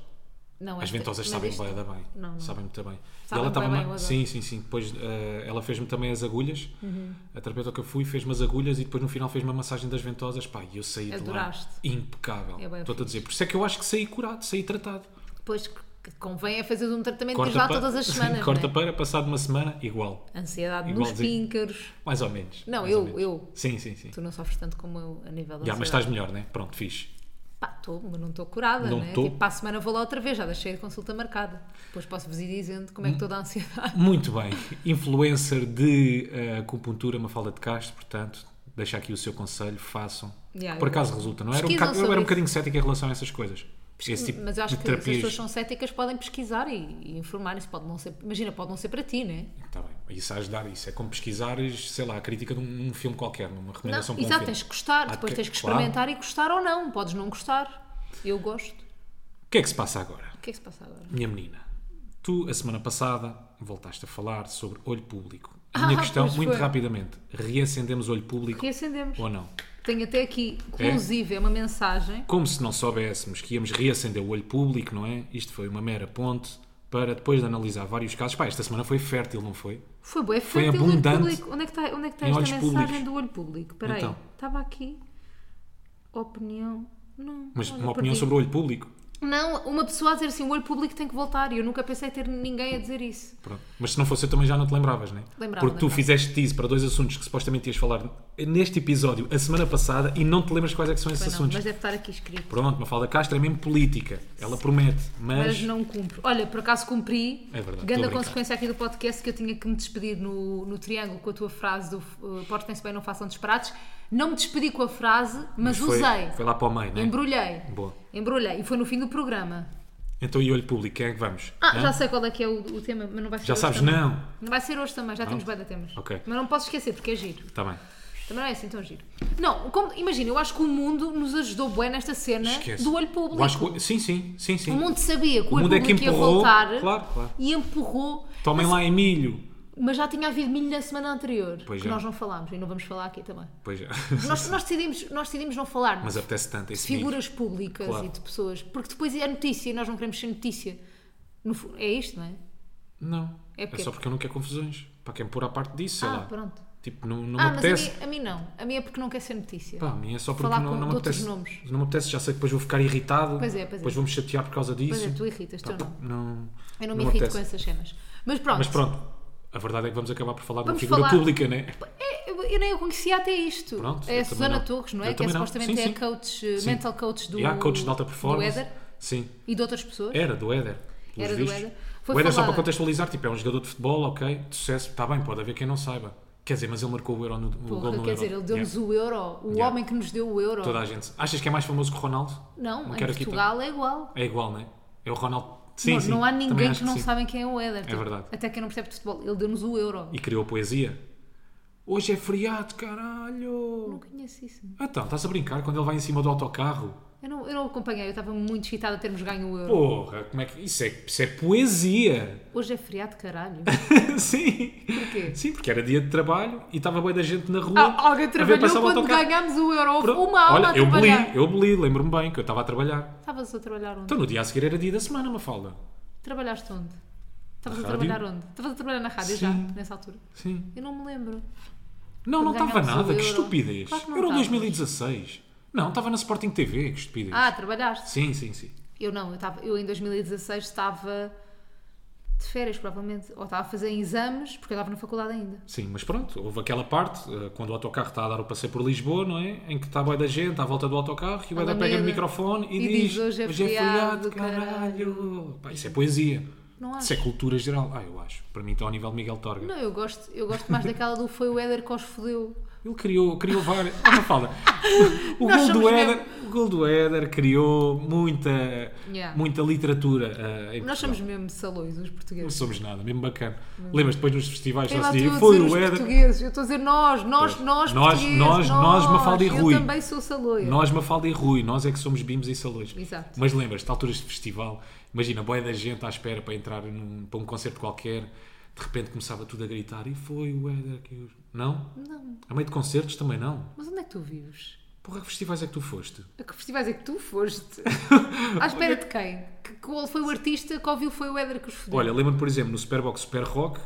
[SPEAKER 2] Não,
[SPEAKER 1] As
[SPEAKER 2] esta-
[SPEAKER 1] ventosas
[SPEAKER 2] mas
[SPEAKER 1] sabem
[SPEAKER 2] isto-
[SPEAKER 1] bué da bem.
[SPEAKER 2] Não, não.
[SPEAKER 1] Sabem muito bem. E
[SPEAKER 2] Sabem bué
[SPEAKER 1] tava
[SPEAKER 2] bem,
[SPEAKER 1] ma-
[SPEAKER 2] eu adoro.
[SPEAKER 1] Sim, sim, sim. Depois eh, ela fez-me também as agulhas.
[SPEAKER 2] Uhum.
[SPEAKER 1] A terapeuta que eu fui fez-me as agulhas e depois no final fez-me a massagem das ventosas. Pá, e eu saí
[SPEAKER 2] Adoraste.
[SPEAKER 1] de lá impecável.
[SPEAKER 2] É bué
[SPEAKER 1] Estou-te a dizer. Por isso é que eu acho que saí curado, saí tratado.
[SPEAKER 2] Depois que convém é fazer um tratamento que já
[SPEAKER 1] pa-
[SPEAKER 2] todas as semanas.
[SPEAKER 1] Corta
[SPEAKER 2] não é?
[SPEAKER 1] para, passado uma semana, igual.
[SPEAKER 2] Ansiedade nos
[SPEAKER 1] Igualzinho.
[SPEAKER 2] píncaros.
[SPEAKER 1] Mais ou menos.
[SPEAKER 2] Não,
[SPEAKER 1] mais
[SPEAKER 2] eu-
[SPEAKER 1] ou menos.
[SPEAKER 2] eu.
[SPEAKER 1] Sim, sim, sim.
[SPEAKER 2] Tu não sofres tanto como eu a nível da
[SPEAKER 1] Já, mas
[SPEAKER 2] ansiedade.
[SPEAKER 1] estás melhor, né? Pronto, fixe.
[SPEAKER 2] Pá, estou, mas não estou curada,
[SPEAKER 1] Não
[SPEAKER 2] não é?
[SPEAKER 1] tô.
[SPEAKER 2] Tipo, para a semana vou lá outra vez, já deixei a consulta marcada. Depois posso-vos ir dizendo como é que
[SPEAKER 1] Hum.
[SPEAKER 2] estou da ansiedade.
[SPEAKER 1] Muito bem. Influencer de eh, acupuntura, Mafalda de Castro, portanto, deixa aqui o seu conselho, façam.
[SPEAKER 2] Yeah,
[SPEAKER 1] Por
[SPEAKER 2] eu-
[SPEAKER 1] acaso resulta, não era? Um
[SPEAKER 2] Pesquisam
[SPEAKER 1] bocado, eu
[SPEAKER 2] sobre
[SPEAKER 1] era um
[SPEAKER 2] isso.
[SPEAKER 1] bocadinho cético em relação a essas coisas. Esse tipo
[SPEAKER 2] mas eu acho
[SPEAKER 1] de
[SPEAKER 2] que se as
[SPEAKER 1] terapias.
[SPEAKER 2] pessoas são céticas podem pesquisar e, e informar-se. Pode não ser, imagina, pode não ser para ti, né?
[SPEAKER 1] Tá bem. Isso a ajudar, isso é como pesquisares, sei lá, a crítica de um, um filme qualquer, uma
[SPEAKER 2] Não,
[SPEAKER 1] recomendação para um
[SPEAKER 2] exato,
[SPEAKER 1] filme.
[SPEAKER 2] tens que gostar,
[SPEAKER 1] Ah,
[SPEAKER 2] depois
[SPEAKER 1] que-
[SPEAKER 2] tens que
[SPEAKER 1] claro.
[SPEAKER 2] experimentar e gostar ou não. Podes não gostar. Eu gosto.
[SPEAKER 1] O que é que se passa agora?
[SPEAKER 2] O que é que se passa agora?
[SPEAKER 1] Minha menina, tu a semana passada voltaste a falar sobre olho público. A minha
[SPEAKER 2] Ah,
[SPEAKER 1] questão,
[SPEAKER 2] pois
[SPEAKER 1] muito
[SPEAKER 2] foi.
[SPEAKER 1] rapidamente, reacendemos olho público
[SPEAKER 2] Reacendemos.
[SPEAKER 1] ou não?
[SPEAKER 2] Tenho até aqui, inclusive, é uma mensagem.
[SPEAKER 1] Como se não soubéssemos que íamos reacender o olho público, não é? Isto foi uma mera ponte para depois de analisar vários casos. Pá, esta semana foi fértil, não foi?
[SPEAKER 2] Foi bué
[SPEAKER 1] Foi
[SPEAKER 2] fértil olho
[SPEAKER 1] abundante
[SPEAKER 2] público. Onde é que está, onde é que está
[SPEAKER 1] em
[SPEAKER 2] esta
[SPEAKER 1] olhos
[SPEAKER 2] mensagem
[SPEAKER 1] públicos.
[SPEAKER 2] do olho público? Espera aí.
[SPEAKER 1] Então.
[SPEAKER 2] Estava aqui. Opinião. Não.
[SPEAKER 1] Mas
[SPEAKER 2] olha,
[SPEAKER 1] uma opinião
[SPEAKER 2] Ah, perdi.
[SPEAKER 1] sobre o olho público.
[SPEAKER 2] Não, uma pessoa a dizer assim, o olho público tem que voltar. E eu nunca pensei ter ninguém a dizer isso.
[SPEAKER 1] Pronto. Mas se não fosse eu também já não te lembravas, não é?
[SPEAKER 2] Lembrava,
[SPEAKER 1] Porque tu
[SPEAKER 2] lembrava.
[SPEAKER 1] fizeste tease para dois assuntos que supostamente ias falar neste episódio a semana passada e não te lembras quais é que são esses
[SPEAKER 2] Bem, não,
[SPEAKER 1] assuntos.
[SPEAKER 2] mas deve estar aqui escrito.
[SPEAKER 1] Pronto, Mafalda Castro é mesmo política. Ela promete, mas...
[SPEAKER 2] Mas não cumpro. Olha, por acaso cumpri.
[SPEAKER 1] É verdade, estou a
[SPEAKER 2] Grande
[SPEAKER 1] brincar.
[SPEAKER 2] consequência aqui do podcast que eu tinha que me despedir no, no triângulo com a tua frase do eh, portem-se bem, não façam disparates. Não me despedi com a frase, mas,
[SPEAKER 1] foi,
[SPEAKER 2] usei.
[SPEAKER 1] Foi lá para o meio, não é?
[SPEAKER 2] Embrulhei.
[SPEAKER 1] Boa.
[SPEAKER 2] Embrulhei. E foi no fim do programa.
[SPEAKER 1] Então e olho público, quem é que vamos?
[SPEAKER 2] Ah,
[SPEAKER 1] Hã?
[SPEAKER 2] já sei qual é que é o, o tema, mas não vai ser
[SPEAKER 1] Já
[SPEAKER 2] hoje
[SPEAKER 1] sabes,
[SPEAKER 2] também.
[SPEAKER 1] não.
[SPEAKER 2] Não vai ser hoje também, já temos bem de temas.
[SPEAKER 1] Ok.
[SPEAKER 2] Mas não posso esquecer, porque é giro.
[SPEAKER 1] Está Tá bem.
[SPEAKER 2] Também não é assim tão giro. Não, como- imagina, eu acho que o mundo nos ajudou bem nesta cena
[SPEAKER 1] Esquece.
[SPEAKER 2] Né? do olho público.
[SPEAKER 1] Eu acho que- Sim, sim, sim, sim.
[SPEAKER 2] O mundo sabia que o,
[SPEAKER 1] O
[SPEAKER 2] olho
[SPEAKER 1] mundo é que
[SPEAKER 2] público ia
[SPEAKER 1] empurrou,
[SPEAKER 2] voltar
[SPEAKER 1] claro, claro.
[SPEAKER 2] e empurrou.
[SPEAKER 1] Tomem lá Emílio.
[SPEAKER 2] Mas já tinha havido milho na semana anterior,
[SPEAKER 1] Pois
[SPEAKER 2] que
[SPEAKER 1] é.
[SPEAKER 2] nós não falámos e não vamos falar aqui também.
[SPEAKER 1] Pois é.
[SPEAKER 2] Nós, nós decidimos, nós decidimos não falar
[SPEAKER 1] Mas apetece tanto
[SPEAKER 2] de
[SPEAKER 1] esse milho.
[SPEAKER 2] figuras públicas
[SPEAKER 1] Claro.
[SPEAKER 2] e de pessoas, porque depois é notícia e nós não queremos ser notícia. No fu- é isto, não é?
[SPEAKER 1] Não.
[SPEAKER 2] É
[SPEAKER 1] É,
[SPEAKER 2] porque-
[SPEAKER 1] só porque eu não quero confusões. Para quem pôr à parte disso, sei
[SPEAKER 2] ah,
[SPEAKER 1] lá.
[SPEAKER 2] pronto.
[SPEAKER 1] Tipo, não, não
[SPEAKER 2] Ah,
[SPEAKER 1] me
[SPEAKER 2] mas a
[SPEAKER 1] apetece.
[SPEAKER 2] mim, a mim não. A mim é porque não quer ser notícia.
[SPEAKER 1] Pá, a mim é só porque
[SPEAKER 2] Falar
[SPEAKER 1] não,
[SPEAKER 2] com-
[SPEAKER 1] não
[SPEAKER 2] de
[SPEAKER 1] me
[SPEAKER 2] outros
[SPEAKER 1] apetece.
[SPEAKER 2] nomes.
[SPEAKER 1] Não me apetece, já sei que depois vou ficar irritado.
[SPEAKER 2] Pois é, pois é.
[SPEAKER 1] Depois vou-me chatear por causa disso.
[SPEAKER 2] Pois é, tu irritas, tu
[SPEAKER 1] Pá,
[SPEAKER 2] não.
[SPEAKER 1] não.
[SPEAKER 2] Eu não
[SPEAKER 1] não
[SPEAKER 2] me
[SPEAKER 1] me
[SPEAKER 2] irrito
[SPEAKER 1] apetece.
[SPEAKER 2] com essas cenas. Mas pronto,
[SPEAKER 1] Mas pronto, a verdade é que vamos acabar por falar de uma
[SPEAKER 2] Vamos
[SPEAKER 1] figura
[SPEAKER 2] falar.
[SPEAKER 1] pública, né?
[SPEAKER 2] É, eu, eu nem a conhecia até isto.
[SPEAKER 1] Pronto,
[SPEAKER 2] é
[SPEAKER 1] eu
[SPEAKER 2] a
[SPEAKER 1] também
[SPEAKER 2] Susana
[SPEAKER 1] não.
[SPEAKER 2] Torres, não é?
[SPEAKER 1] Eu
[SPEAKER 2] que é
[SPEAKER 1] também não.
[SPEAKER 2] supostamente
[SPEAKER 1] Sim,
[SPEAKER 2] é a
[SPEAKER 1] sim.
[SPEAKER 2] coach, eh,
[SPEAKER 1] Sim.
[SPEAKER 2] mental coach do,
[SPEAKER 1] e há coaches de alta performance. É,
[SPEAKER 2] do Éder
[SPEAKER 1] Sim.
[SPEAKER 2] e de outras pessoas.
[SPEAKER 1] Era do Éder. pelos
[SPEAKER 2] Era do
[SPEAKER 1] vistos.
[SPEAKER 2] Éder. Foi
[SPEAKER 1] o Éder, só
[SPEAKER 2] falada.
[SPEAKER 1] para contextualizar, tipo, é um jogador de futebol, ok, de sucesso, está bem, pode haver quem não saiba. Quer dizer, mas ele marcou o, euro no, o gol
[SPEAKER 2] Porra,
[SPEAKER 1] no
[SPEAKER 2] quer
[SPEAKER 1] Euro.
[SPEAKER 2] dizer, ele deu-nos
[SPEAKER 1] Yeah.
[SPEAKER 2] o euro, o
[SPEAKER 1] Yeah.
[SPEAKER 2] homem que nos deu o euro.
[SPEAKER 1] Toda a gente. Achas que é mais famoso que o Ronaldo?
[SPEAKER 2] Não, em
[SPEAKER 1] quero aqui-
[SPEAKER 2] Portugal é igual.
[SPEAKER 1] É igual, né? É o Ronaldo. Sim,
[SPEAKER 2] não,
[SPEAKER 1] sim.
[SPEAKER 2] não há
[SPEAKER 1] também
[SPEAKER 2] ninguém
[SPEAKER 1] acho
[SPEAKER 2] que não
[SPEAKER 1] sim.
[SPEAKER 2] sabe quem é o Éder. tipo,
[SPEAKER 1] verdade.
[SPEAKER 2] Até quem não percebe de futebol. Ele deu-nos o euro.
[SPEAKER 1] E criou a poesia. Hoje é feriado, caralho.
[SPEAKER 2] Eu não conheço isso.
[SPEAKER 1] Então, estás a brincar quando ele vai em cima do autocarro?
[SPEAKER 2] Eu não, eu não acompanhei, eu estava muito excitada a termos ganho o euro.
[SPEAKER 1] Porra, como é que. Isso é, isso é poesia!
[SPEAKER 2] Hoje é feriado, caralho.
[SPEAKER 1] sim!
[SPEAKER 2] Porquê?
[SPEAKER 1] Sim, porque era dia de trabalho e estava bem da gente na rua.
[SPEAKER 2] Ah,
[SPEAKER 1] a
[SPEAKER 2] alguém
[SPEAKER 1] ver
[SPEAKER 2] trabalhou
[SPEAKER 1] passar o
[SPEAKER 2] quando
[SPEAKER 1] autocarro.
[SPEAKER 2] ganhámos o euro. Houve
[SPEAKER 1] Pronto.
[SPEAKER 2] uma alma a
[SPEAKER 1] Olha, eu beli,
[SPEAKER 2] trabalhar.
[SPEAKER 1] eu beli, lembro-me bem que eu estava a trabalhar.
[SPEAKER 2] Estavas a trabalhar onde?
[SPEAKER 1] Então no dia a seguir era dia da semana, Mafalda.
[SPEAKER 2] Trabalhaste onde? Estavas a
[SPEAKER 1] Na rádio.
[SPEAKER 2] trabalhar onde? Estavas a trabalhar na rádio já,
[SPEAKER 1] Sim.
[SPEAKER 2] nessa altura?
[SPEAKER 1] Sim.
[SPEAKER 2] Eu não me lembro.
[SPEAKER 1] Não, não
[SPEAKER 2] Quando
[SPEAKER 1] estava
[SPEAKER 2] ganhámos o
[SPEAKER 1] nada, que
[SPEAKER 2] Euro.
[SPEAKER 1] estupidez.
[SPEAKER 2] Claro que não
[SPEAKER 1] era o
[SPEAKER 2] estavas.
[SPEAKER 1] 2016. Não, estava na Sporting TV, que estupidez.
[SPEAKER 2] Ah, trabalhaste?
[SPEAKER 1] Sim, sim, sim.
[SPEAKER 2] Eu não, eu, estava, eu em 2016 estava de férias, provavelmente. Ou estava a fazer exames, porque eu estava na faculdade ainda.
[SPEAKER 1] Sim, mas pronto, houve aquela parte, eh, quando o autocarro está a dar o passeio por Lisboa, não é? Em que está a boia da gente à volta do autocarro e o Eda
[SPEAKER 2] Alameda.
[SPEAKER 1] pega no microfone e,
[SPEAKER 2] E diz, "Hoje é feriado,
[SPEAKER 1] caralho. Pá, isso é poesia.
[SPEAKER 2] Não
[SPEAKER 1] Isso é
[SPEAKER 2] acho.
[SPEAKER 1] cultura geral. Ah, eu acho. Para mim está ao nível de Miguel Torga.
[SPEAKER 2] Não, eu gosto, eu gosto mais daquela do foi o Éder que os fodeu.
[SPEAKER 1] Ele criou, criou várias. Ah, Mafalda. O
[SPEAKER 2] Nós
[SPEAKER 1] gol, do
[SPEAKER 2] somos
[SPEAKER 1] Éder, o gol do Éder criou muita,
[SPEAKER 2] Yeah.
[SPEAKER 1] muita literatura. ah, em Portugal.
[SPEAKER 2] Nós somos mesmo salões, os
[SPEAKER 1] Não
[SPEAKER 2] portugueses.
[SPEAKER 1] somos nada, mesmo bacana. Lembras depois nos festivais
[SPEAKER 2] Sei
[SPEAKER 1] só
[SPEAKER 2] lá,
[SPEAKER 1] se
[SPEAKER 2] tu
[SPEAKER 1] dizia
[SPEAKER 2] a
[SPEAKER 1] foi
[SPEAKER 2] dizer os
[SPEAKER 1] o Éder.
[SPEAKER 2] portugueses. Eu estou a dizer nós, nós,
[SPEAKER 1] Pois.
[SPEAKER 2] nós,
[SPEAKER 1] Nós,
[SPEAKER 2] portugueses,
[SPEAKER 1] nós, nós, Mafalda e
[SPEAKER 2] Eu
[SPEAKER 1] Rui.
[SPEAKER 2] também sou saloia.
[SPEAKER 1] Nós, Mafalda e Rui, nós é que somos bimos e salões.
[SPEAKER 2] Exato.
[SPEAKER 1] Mas lembras-te, alturas de festival, imagina, boia da gente à espera para entrar num- para um concerto qualquer, de repente começava tudo a gritar e foi o Éder que os. Não?
[SPEAKER 2] Não.
[SPEAKER 1] A meio de concertos também não.
[SPEAKER 2] Mas onde é que tu vives?
[SPEAKER 1] Porra, que festivais é que tu foste?
[SPEAKER 2] A que festivais é que tu foste? À espera de quem? Que, qual foi o artista que ouviu foi o Éder que os fodeu?
[SPEAKER 1] Olha, lembro-me, por exemplo, no Superbox Super Rock,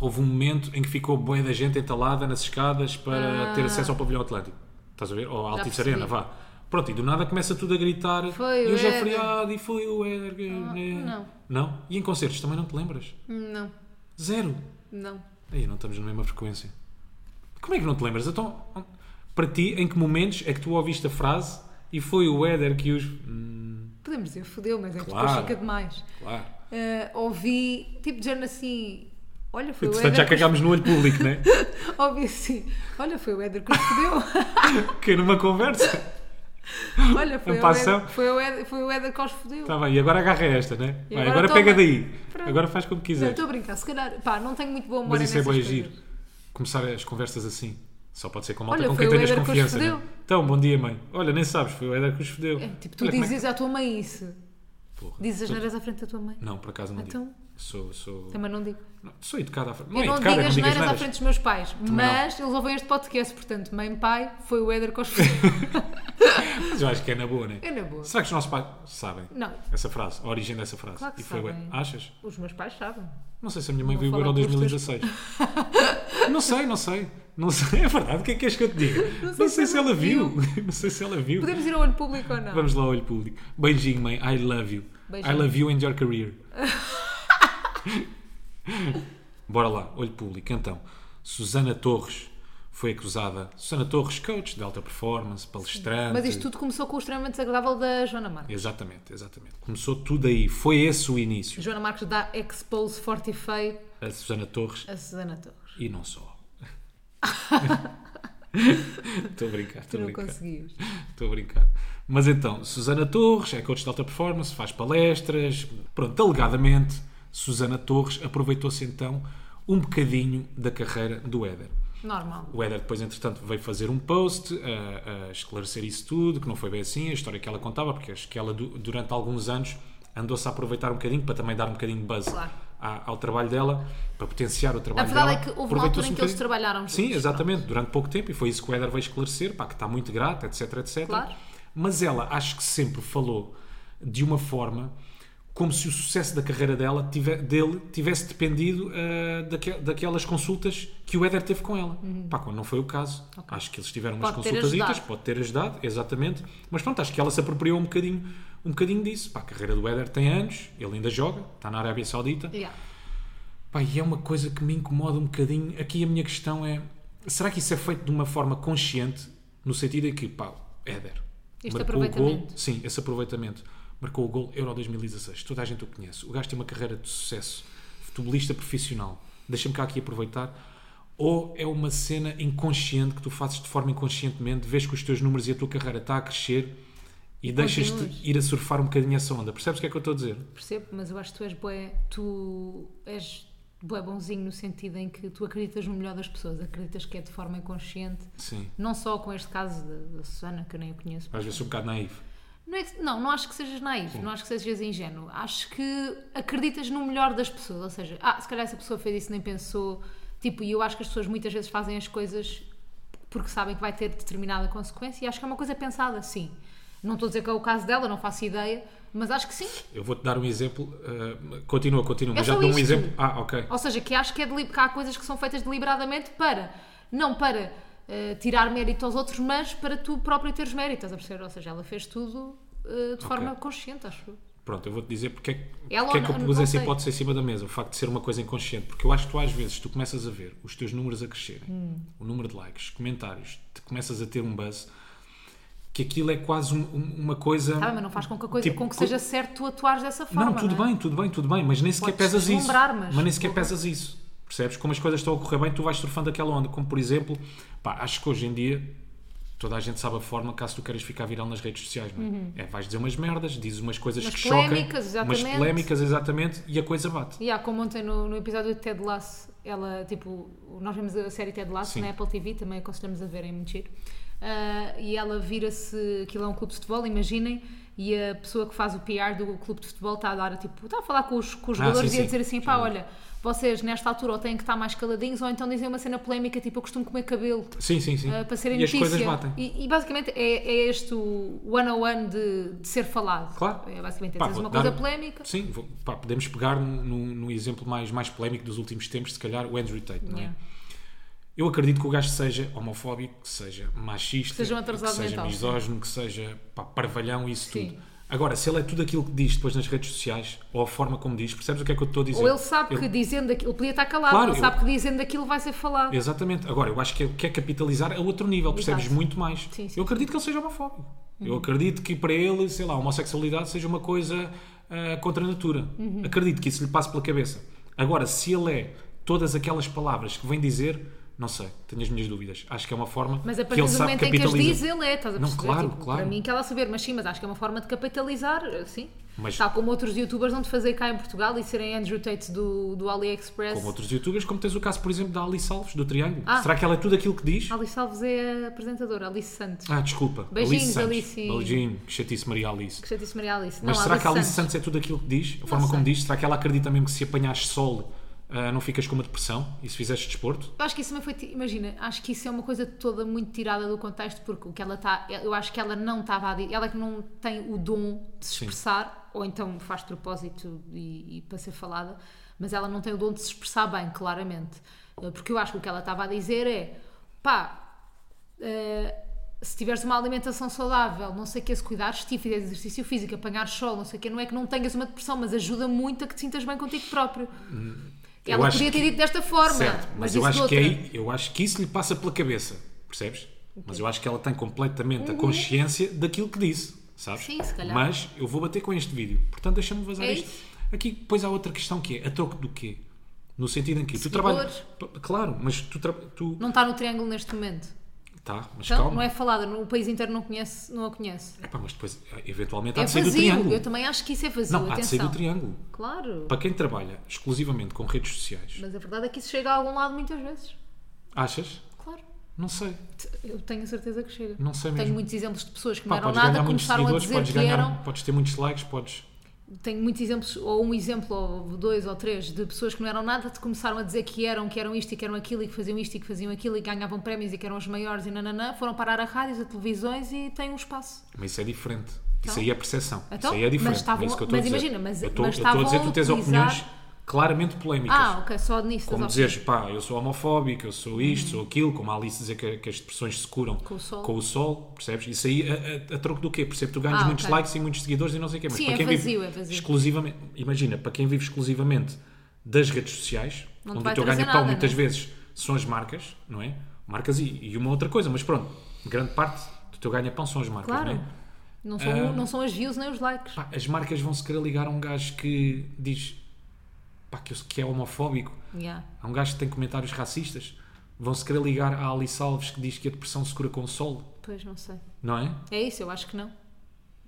[SPEAKER 1] houve um momento em que ficou boia da gente entalada nas escadas para
[SPEAKER 2] Ah.
[SPEAKER 1] ter acesso ao pavilhão Atlântico. Estás a ver? Ou à
[SPEAKER 2] Já
[SPEAKER 1] Altice
[SPEAKER 2] percebi.
[SPEAKER 1] Arena, vá. Pronto, e do nada começa tudo a gritar
[SPEAKER 2] Foi
[SPEAKER 1] e
[SPEAKER 2] o
[SPEAKER 1] hoje é
[SPEAKER 2] Éder."
[SPEAKER 1] feriado e foi o Éder. que- né.
[SPEAKER 2] não.
[SPEAKER 1] Não? E em concertos também não te lembras?
[SPEAKER 2] Hum, Não,
[SPEAKER 1] Zero.
[SPEAKER 2] não.
[SPEAKER 1] Aí não estamos na mesma frequência. Como é que não te lembras? Então, para ti, em que momentos é que tu ouviste a frase e foi o Éder que os. Hum,
[SPEAKER 2] Podemos dizer fodeu, mas é que depois
[SPEAKER 1] Claro.
[SPEAKER 2] fica demais.
[SPEAKER 1] claro.
[SPEAKER 2] Ah, ouvi, tipo, de género assim. Olha, foi o
[SPEAKER 1] Portanto, já
[SPEAKER 2] Éder. que
[SPEAKER 1] cagámos no olho público, né?
[SPEAKER 2] os- Ouvi assim. Olha, foi o Éder que os fodeu.
[SPEAKER 1] Que numa conversa.
[SPEAKER 2] Olha, foi,
[SPEAKER 1] Em
[SPEAKER 2] o
[SPEAKER 1] passão.
[SPEAKER 2] Éder, foi, o Éder, foi o Éder que os fodeu.
[SPEAKER 1] Tá bem, e agora agarra esta, né?
[SPEAKER 2] E
[SPEAKER 1] Vai,
[SPEAKER 2] agora
[SPEAKER 1] agora, pega
[SPEAKER 2] toma.
[SPEAKER 1] daí.
[SPEAKER 2] Pronto. Então,
[SPEAKER 1] Agora faz como
[SPEAKER 2] Não,
[SPEAKER 1] quiser.
[SPEAKER 2] estou a brincar, se calhar. Pá, não tenho muito boa memória
[SPEAKER 1] é. Mas isso é
[SPEAKER 2] nessas
[SPEAKER 1] bem
[SPEAKER 2] coisas.
[SPEAKER 1] giro. Começar as conversas assim. Só pode ser com malta
[SPEAKER 2] Olha,
[SPEAKER 1] com
[SPEAKER 2] foi
[SPEAKER 1] quem
[SPEAKER 2] o
[SPEAKER 1] tenhas
[SPEAKER 2] Éder que os
[SPEAKER 1] confiança. né?
[SPEAKER 2] fodeu.
[SPEAKER 1] Então, bom dia, mãe. Olha, nem sabes, foi o Éder que os fodeu.
[SPEAKER 2] É, tipo, tu
[SPEAKER 1] Olha, como é que-
[SPEAKER 2] dizes à tua mãe isso.
[SPEAKER 1] Porra.
[SPEAKER 2] Dizes as neiras à frente da tua mãe.
[SPEAKER 1] Não, por acaso não digo.
[SPEAKER 2] Então?
[SPEAKER 1] Sou, sou...
[SPEAKER 2] Também não digo.
[SPEAKER 1] não, sou educado à frente. Não
[SPEAKER 2] Eu
[SPEAKER 1] é
[SPEAKER 2] não
[SPEAKER 1] educado,
[SPEAKER 2] digo
[SPEAKER 1] é
[SPEAKER 2] as
[SPEAKER 1] não digas
[SPEAKER 2] neiras à
[SPEAKER 1] neiras.
[SPEAKER 2] frente dos meus pais, mas eles ouvem este podcast, portanto, mãe e pai, foi o Éder que os fodeu.
[SPEAKER 1] Mas eu acho que é na boa, né?
[SPEAKER 2] É na boa.
[SPEAKER 1] Será que os nossos pais sabem
[SPEAKER 2] Não,
[SPEAKER 1] essa frase, a origem dessa frase?
[SPEAKER 2] Claro que
[SPEAKER 1] e foi o
[SPEAKER 2] sabem.
[SPEAKER 1] Éder. Achas?
[SPEAKER 2] os meus pais sabem.
[SPEAKER 1] Não sei se a minha mãe
[SPEAKER 2] Vou
[SPEAKER 1] viu o
[SPEAKER 2] falar
[SPEAKER 1] Euro
[SPEAKER 2] com os teus-
[SPEAKER 1] 2016. não sei, não sei. Não sei, é verdade. O que é que és que eu te diga? Não sei, se ela viu. não sei se ela viu.
[SPEAKER 2] Podemos ir ao olho público ou não?
[SPEAKER 1] Vamos lá ao olho público. Beijinho, mãe. I love you.
[SPEAKER 2] Beijinho.
[SPEAKER 1] I love you and your career. Bora lá, olho público. Então, Susana Torres foi acusada. Susana Torres, coach de alta performance, palestrante.
[SPEAKER 2] Mas isto tudo começou com o extremamente desagradável da Joana Marques.
[SPEAKER 1] Exatamente, exatamente. Começou tudo aí. Foi esse o início.
[SPEAKER 2] Joana Marques dá expose forte e feio
[SPEAKER 1] A Susana Torres
[SPEAKER 2] a Susana Torres.
[SPEAKER 1] E não só. Estou a brincar,
[SPEAKER 2] Tu
[SPEAKER 1] estou a
[SPEAKER 2] não
[SPEAKER 1] brincar.
[SPEAKER 2] conseguias.
[SPEAKER 1] Estou a brincar. Mas então, Susana Torres é coach de alta performance, faz palestras. Pronto, alegadamente, Susana Torres aproveitou-se então um bocadinho da carreira do Éder.
[SPEAKER 2] Normal.
[SPEAKER 1] O Éder depois, entretanto, veio fazer um post a, a esclarecer isso tudo, que não foi bem assim, a história que ela contava, porque acho que ela du- durante alguns anos andou-se a aproveitar um bocadinho para também dar um bocadinho de buzz
[SPEAKER 2] Claro.
[SPEAKER 1] à- ao trabalho dela, para potenciar o trabalho
[SPEAKER 2] A verdade
[SPEAKER 1] dela.
[SPEAKER 2] é que houve uma altura
[SPEAKER 1] Aproveitou-se
[SPEAKER 2] em
[SPEAKER 1] um
[SPEAKER 2] que eles
[SPEAKER 1] bocadinho.
[SPEAKER 2] trabalharam juntos.
[SPEAKER 1] Sim, exatamente, durante pouco tempo, e foi isso que o Éder veio esclarecer, pá, que está muito grato, etc, etc.
[SPEAKER 2] Claro.
[SPEAKER 1] Mas ela acho que sempre falou de uma forma como se o sucesso da carreira dela tive- dele tivesse dependido ah, daque- daquelas consultas que o Éder teve com ela. Pá, quando não foi o caso. Acho que eles tiveram umas
[SPEAKER 2] Uhum. Pode ter
[SPEAKER 1] consultasitas,
[SPEAKER 2] ajudado.
[SPEAKER 1] pode ter ajudado, exatamente. Mas pronto, acho que ela se apropriou um bocadinho, um bocadinho disso. Pá, a carreira do Éder tem anos, ele ainda joga, está na Arábia Saudita.
[SPEAKER 2] Yeah.
[SPEAKER 1] Pá, e é uma coisa que me incomoda um bocadinho. Aqui a minha questão é: será que isso é feito de uma forma consciente? No sentido em que, pá, Éder
[SPEAKER 2] Este
[SPEAKER 1] o gol.
[SPEAKER 2] aproveitamento.
[SPEAKER 1] Sim, esse aproveitamento. Marcou o gol Euro 2016. Toda a gente o conhece. O gajo tem uma carreira de sucesso. Futebolista profissional. Deixa-me cá aqui aproveitar. Ou é uma cena inconsciente que tu fazes de forma inconscientemente, vês que os teus números e a tua carreira está a crescer e, deixas-te
[SPEAKER 2] continuas.
[SPEAKER 1] ir a surfar um bocadinho essa onda. Percebes o que é que eu estou a dizer?
[SPEAKER 2] Percebo, mas eu acho que tu és bué, tu és bué bonzinho no sentido em que tu acreditas no melhor das pessoas, acreditas que é de forma inconsciente,
[SPEAKER 1] Sim.
[SPEAKER 2] não só com este caso da, da Susana, que eu nem a conheço.
[SPEAKER 1] Às vezes sou um bocado naivo.
[SPEAKER 2] Não, é que- não, não acho que sejas naif, não acho que sejas ingênuo. Acho que acreditas no melhor das pessoas, ou seja, ah, se calhar essa pessoa fez isso, nem pensou. Tipo, e eu acho que as pessoas muitas vezes fazem as coisas porque sabem que vai ter determinada consequência e acho que é uma coisa pensada, sim. Não estou a dizer que é o caso dela, não faço ideia, mas acho que sim.
[SPEAKER 1] Eu vou-te dar um exemplo. uh, continua, continua.
[SPEAKER 2] É
[SPEAKER 1] Mas já
[SPEAKER 2] só
[SPEAKER 1] te dou um
[SPEAKER 2] isto.
[SPEAKER 1] exemplo. Ah, ok.
[SPEAKER 2] Ou seja, que acho que, é deli- que há coisas que são feitas deliberadamente para, não para eh, tirar mérito aos outros, mas para tu próprio teres mérito, estás a perceber? Ou seja, ela fez tudo eh, de forma consciente, acho eu.
[SPEAKER 1] Pronto, eu vou-te dizer porque é, que-
[SPEAKER 2] Ela
[SPEAKER 1] porque é
[SPEAKER 2] ou
[SPEAKER 1] que eu
[SPEAKER 2] não-
[SPEAKER 1] pus
[SPEAKER 2] não
[SPEAKER 1] essa
[SPEAKER 2] sei.
[SPEAKER 1] hipótese em cima da mesa. O facto de ser uma coisa inconsciente. Porque eu acho que tu, às vezes, tu começas a ver os teus números a crescerem,
[SPEAKER 2] Hum.
[SPEAKER 1] o número de likes, comentários, te começas a ter um buzz, que aquilo é quase um- um- uma coisa.
[SPEAKER 2] Tá bem, mas não faz com que, a coisa,
[SPEAKER 1] Tipo,
[SPEAKER 2] com que
[SPEAKER 1] co-
[SPEAKER 2] seja certo tu atuares dessa forma.
[SPEAKER 1] Não, tudo
[SPEAKER 2] é?
[SPEAKER 1] bem, tudo bem, tudo bem, mas nem sequer
[SPEAKER 2] Podes
[SPEAKER 1] pesas isso.
[SPEAKER 2] deslumbrar, mas-
[SPEAKER 1] nem sequer pesas isso. Percebes? Como as coisas estão a correr bem, tu vais surfando aquela onda. Como, por exemplo, pá, acho que hoje em dia toda a gente sabe a forma caso tu queiras ficar viral nas redes sociais, não é? É, vais dizer umas merdas, dizes umas coisas
[SPEAKER 2] Uhum. Umas
[SPEAKER 1] que
[SPEAKER 2] polémicas,
[SPEAKER 1] chocam, umas
[SPEAKER 2] exatamente.
[SPEAKER 1] polémicas, exatamente, e a coisa bate.
[SPEAKER 2] E há, como ontem no, no episódio de Ted Lasso, ela, tipo, nós vemos a série Ted Lasso
[SPEAKER 1] Sim.
[SPEAKER 2] na Apple TV, também aconselhamos a verem, é muito giro. Ah, e ela vira-se, aquilo é um clube de futebol, imaginem, e a pessoa que faz o PR do clube de futebol está a dar, tipo, está a falar com os, com os
[SPEAKER 1] Ah,
[SPEAKER 2] jogadores
[SPEAKER 1] sim,
[SPEAKER 2] e a
[SPEAKER 1] sim.
[SPEAKER 2] dizer assim, pá, olha, vocês nesta altura ou têm que estar mais caladinhos ou então dizem uma cena polémica, tipo, eu costumo comer cabelo.
[SPEAKER 1] Sim, sim, sim.
[SPEAKER 2] Uh, para serem
[SPEAKER 1] e as
[SPEAKER 2] notícia.
[SPEAKER 1] coisas batem.
[SPEAKER 2] E, e basicamente é, é este o one-on-one de, de ser falado.
[SPEAKER 1] Claro.
[SPEAKER 2] É basicamente é
[SPEAKER 1] Pá,
[SPEAKER 2] dizeres uma
[SPEAKER 1] vou-te
[SPEAKER 2] coisa
[SPEAKER 1] dar-
[SPEAKER 2] polémica.
[SPEAKER 1] Sim, vou- pá, podemos pegar no, no- no exemplo mais, mais polémico dos últimos tempos, se calhar, o Andrew Tate, não
[SPEAKER 2] Yeah.
[SPEAKER 1] é? Eu acredito que o gajo seja homofóbico, que seja machista,
[SPEAKER 2] Que seja um atrasado
[SPEAKER 1] que seja
[SPEAKER 2] mental, sim.
[SPEAKER 1] misógino, que seja pá, parvalhão, isso
[SPEAKER 2] Sim.
[SPEAKER 1] tudo. Agora, se ele é tudo aquilo que diz depois nas redes sociais, ou a forma como diz, percebes o que é que eu estou a dizer?
[SPEAKER 2] Ou ele sabe
[SPEAKER 1] Ele-
[SPEAKER 2] que dizendo aquilo, ele podia estar calado,
[SPEAKER 1] Claro,
[SPEAKER 2] ele
[SPEAKER 1] eu-
[SPEAKER 2] sabe que dizendo aquilo vai ser falado.
[SPEAKER 1] Exatamente. Agora, eu acho que ele quer capitalizar a outro nível, percebes
[SPEAKER 2] Exato.
[SPEAKER 1] muito mais.
[SPEAKER 2] Sim, Uhum. sim.
[SPEAKER 1] Eu acredito que ele seja homofóbico. Eu acredito que para ele, sei lá, a homossexualidade seja uma coisa ah, contra a natura.
[SPEAKER 2] Uhum.
[SPEAKER 1] Acredito que isso lhe passe pela cabeça. Agora, se ele é todas aquelas palavras que vem dizer, não sei, tenho as minhas dúvidas. Acho que é uma forma
[SPEAKER 2] Mas a
[SPEAKER 1] que
[SPEAKER 2] partir
[SPEAKER 1] ele
[SPEAKER 2] do
[SPEAKER 1] sabe
[SPEAKER 2] momento em que as
[SPEAKER 1] capitalizar.
[SPEAKER 2] diz, ele é, estás a
[SPEAKER 1] Não,
[SPEAKER 2] perceber?
[SPEAKER 1] claro,
[SPEAKER 2] Tipo,
[SPEAKER 1] claro.
[SPEAKER 2] Para mim, que ela saber, mas sim, mas acho que é uma forma de capitalizar, eh, sim.
[SPEAKER 1] Mas-
[SPEAKER 2] Tal como outros youtubers vão de fazer cá em Portugal e serem Andrew Tate do, do AliExpress.
[SPEAKER 1] Como outros youtubers, como tens o caso, por exemplo, da Alice Alves, do Triângulo.
[SPEAKER 2] Ah.
[SPEAKER 1] Será que ela é tudo aquilo que diz?
[SPEAKER 2] Alice Alves é a apresentadora, Alice Santos.
[SPEAKER 1] Ah, desculpa.
[SPEAKER 2] Beijinhos,
[SPEAKER 1] Alice.
[SPEAKER 2] Alice.
[SPEAKER 1] Santos. Beijinho, que chatice Maria Alice.
[SPEAKER 2] Que já disse Maria Alice.
[SPEAKER 1] Mas
[SPEAKER 2] não,
[SPEAKER 1] será
[SPEAKER 2] Alice
[SPEAKER 1] que a Alice
[SPEAKER 2] Santos.
[SPEAKER 1] Santos é tudo aquilo que diz? A forma
[SPEAKER 2] sei.
[SPEAKER 1] como diz? Será que ela acredita mesmo que se apanhares sol ah, não ficas com uma depressão? E se fizeres desporto?
[SPEAKER 2] Eu acho que isso também foi. ti- Imagina, acho que isso é uma coisa toda muito tirada do contexto, porque o que ela está. Eu acho que ela não estava a dizer. Ela é que não tem o dom de se
[SPEAKER 1] Sim.
[SPEAKER 2] expressar, ou então faz de propósito e, e para ser falada, mas ela não tem o dom de se expressar bem, claramente. Eh, Porque eu acho que o que ela estava a dizer é: pá, eh, se tiveres uma alimentação saudável, não sei o que, se cuidares, se fizeres exercício físico, apanhar sol, não sei o que, não é que não tenhas uma depressão, mas ajuda muito a que te sintas bem contigo próprio.
[SPEAKER 1] Hum, eu
[SPEAKER 2] Ela
[SPEAKER 1] acho
[SPEAKER 2] podia ter
[SPEAKER 1] que-
[SPEAKER 2] dito desta forma,
[SPEAKER 1] certo, mas, eu,
[SPEAKER 2] disse de
[SPEAKER 1] acho que é
[SPEAKER 2] outra.
[SPEAKER 1] aí, eu acho que isso lhe passa pela cabeça, percebes? Mas eu acho que ela tem completamente a consciência daquilo que disse, sabes?
[SPEAKER 2] Uhum. Sim, se calhar.
[SPEAKER 1] Mas eu vou bater com este vídeo, portanto deixa-me vazar
[SPEAKER 2] É
[SPEAKER 1] isto.
[SPEAKER 2] isso.
[SPEAKER 1] Aqui depois há outra questão que é, a troco do quê? No sentido em que tu
[SPEAKER 2] Seguidores.
[SPEAKER 1] trabalhas... P- Claro, mas tu... Tra... tu...
[SPEAKER 2] Não está no triângulo neste momento.
[SPEAKER 1] Tá, mas
[SPEAKER 2] Então,
[SPEAKER 1] calma.
[SPEAKER 2] não é falada, no- o país inteiro não, conhece, não a conhece.
[SPEAKER 1] Epá, mas depois, eh, eventualmente,
[SPEAKER 2] É
[SPEAKER 1] há de sair do
[SPEAKER 2] vazio.
[SPEAKER 1] triângulo.
[SPEAKER 2] Eu também acho que isso é vazio.
[SPEAKER 1] Não, há de sair
[SPEAKER 2] Atenção.
[SPEAKER 1] do triângulo.
[SPEAKER 2] Claro.
[SPEAKER 1] Para quem trabalha exclusivamente com redes sociais,
[SPEAKER 2] Mas a verdade é que isso chega a algum lado muitas vezes.
[SPEAKER 1] achas?
[SPEAKER 2] Claro.
[SPEAKER 1] Não sei,
[SPEAKER 2] Te- Eu tenho a certeza que chega.
[SPEAKER 1] não sei
[SPEAKER 2] Tenho
[SPEAKER 1] mesmo.
[SPEAKER 2] muitos exemplos de pessoas que
[SPEAKER 1] Pá,
[SPEAKER 2] não eram
[SPEAKER 1] podes
[SPEAKER 2] nada,
[SPEAKER 1] ganhar muitos
[SPEAKER 2] começaram a
[SPEAKER 1] seguidores,
[SPEAKER 2] dizer
[SPEAKER 1] podes,
[SPEAKER 2] que
[SPEAKER 1] ganhar,
[SPEAKER 2] eram.
[SPEAKER 1] podes ter muitos likes, podes.
[SPEAKER 2] Tenho muitos exemplos, ou um exemplo, ou dois ou três, de pessoas que não eram nada, que começaram a dizer que eram, que eram isto e que eram aquilo, e que faziam isto e que faziam aquilo, e ganhavam prémios e que eram os maiores e nananã, foram parar a rádios, a televisões e têm um espaço.
[SPEAKER 1] Mas isso é diferente.
[SPEAKER 2] Então?
[SPEAKER 1] isso aí é percepção.
[SPEAKER 2] Então?
[SPEAKER 1] isso aí é diferente.
[SPEAKER 2] Mas estavam-
[SPEAKER 1] é isso que eu estou a
[SPEAKER 2] mas
[SPEAKER 1] dizer.
[SPEAKER 2] imagina, mas-
[SPEAKER 1] eu estou, eu
[SPEAKER 2] mas
[SPEAKER 1] estou a dizer,
[SPEAKER 2] estavam
[SPEAKER 1] tu tens
[SPEAKER 2] a utilizar-
[SPEAKER 1] opiniões claramente polémicas.
[SPEAKER 2] Ah, ok, só nisso.
[SPEAKER 1] como
[SPEAKER 2] das
[SPEAKER 1] dizeres, pá, eu sou homofóbico, eu sou isto, sou aquilo, como a Alice dizer que, que as depressões se curam com
[SPEAKER 2] Uhum. o sol.
[SPEAKER 1] sol, percebes? Isso aí a, a- a troco do quê? Percebe? Tu ganhas
[SPEAKER 2] Ah,
[SPEAKER 1] muitos
[SPEAKER 2] ok.
[SPEAKER 1] likes e muitos seguidores e não sei o quê. Mas
[SPEAKER 2] Sim,
[SPEAKER 1] para
[SPEAKER 2] é
[SPEAKER 1] quem
[SPEAKER 2] vazio,
[SPEAKER 1] vive
[SPEAKER 2] é vazio.
[SPEAKER 1] exclusivamente, imagina, para quem vive exclusivamente das redes sociais,
[SPEAKER 2] Não te
[SPEAKER 1] onde
[SPEAKER 2] vai
[SPEAKER 1] o teu
[SPEAKER 2] trazer
[SPEAKER 1] ganha-pão
[SPEAKER 2] nada,
[SPEAKER 1] muitas
[SPEAKER 2] não é?
[SPEAKER 1] vezes são as marcas, não é? Marcas e, e uma outra coisa, mas pronto, grande parte do teu ganha-pão são as marcas,
[SPEAKER 2] Claro.
[SPEAKER 1] não é?
[SPEAKER 2] Não são,
[SPEAKER 1] Ah.
[SPEAKER 2] não são as views nem os likes.
[SPEAKER 1] Pá, as marcas vão se querer ligar a um gajo que diz pá, que, eu- que é homofóbico.
[SPEAKER 2] Yeah.
[SPEAKER 1] Há um gajo que tem comentários racistas. Vão-se querer ligar à Alice Alves que diz que a depressão se cura com sol,
[SPEAKER 2] Pois não sei.
[SPEAKER 1] não é?
[SPEAKER 2] É isso, eu acho que não.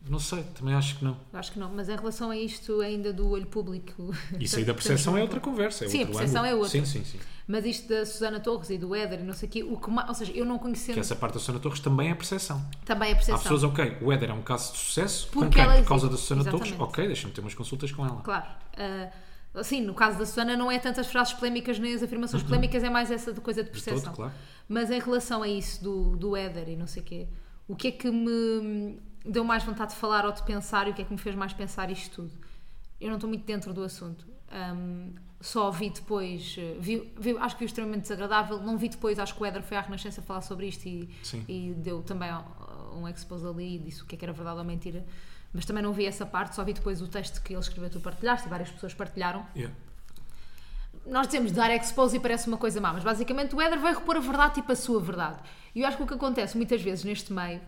[SPEAKER 1] Não sei, também acho que não.
[SPEAKER 2] Eu acho que não. Mas em relação a isto ainda do olho público.
[SPEAKER 1] Isso aí da percepção é outra conversa. É
[SPEAKER 2] Sim, a
[SPEAKER 1] outro
[SPEAKER 2] percepção
[SPEAKER 1] ângulo.
[SPEAKER 2] é
[SPEAKER 1] Sim,
[SPEAKER 2] outra.
[SPEAKER 1] sim, sim.
[SPEAKER 2] Mas isto da Susana Torres e do Éder e não sei o quê, o que mais, ou seja, eu não conhecia
[SPEAKER 1] Que essa parte da Susana Torres também é percepção.
[SPEAKER 2] também a
[SPEAKER 1] Há
[SPEAKER 2] percepção.
[SPEAKER 1] pessoas, ok, o Éder é um caso de sucesso, com
[SPEAKER 2] Porque
[SPEAKER 1] quem?
[SPEAKER 2] ela
[SPEAKER 1] Por causa da
[SPEAKER 2] existe.
[SPEAKER 1] Susana Torres,
[SPEAKER 2] Exatamente.
[SPEAKER 1] ok, deixa-me ter umas consultas com ela.
[SPEAKER 2] Claro. Ah, sim, no caso da Susana não é tantas frases polémicas nem as afirmações polémicas, é mais essa de coisa de percepção.
[SPEAKER 1] Uhum. todo, claro.
[SPEAKER 2] Mas em relação a isso do, do Éder e não sei o quê, o que é que me deu mais vontade de falar ou de pensar e o que é que me fez mais pensar isto tudo? Eu não estou muito dentro do assunto. Ahm, só vi depois, eh, vi, vi- acho que vi extremamente desagradável, não vi depois, acho que o Éder foi à Renascença falar sobre isto e,
[SPEAKER 1] Sim.
[SPEAKER 2] e deu também ó, um expose ali e disse o que é que era verdade ou mentira. Mas também não vi essa parte, só vi depois o texto que ele escreveu, tu partilhaste e várias pessoas partilharam
[SPEAKER 1] Yeah.
[SPEAKER 2] nós dizemos dar expose e parece uma coisa má, mas basicamente o Éder veio repor a verdade tipo a sua verdade. E eu acho que o que acontece muitas vezes neste meio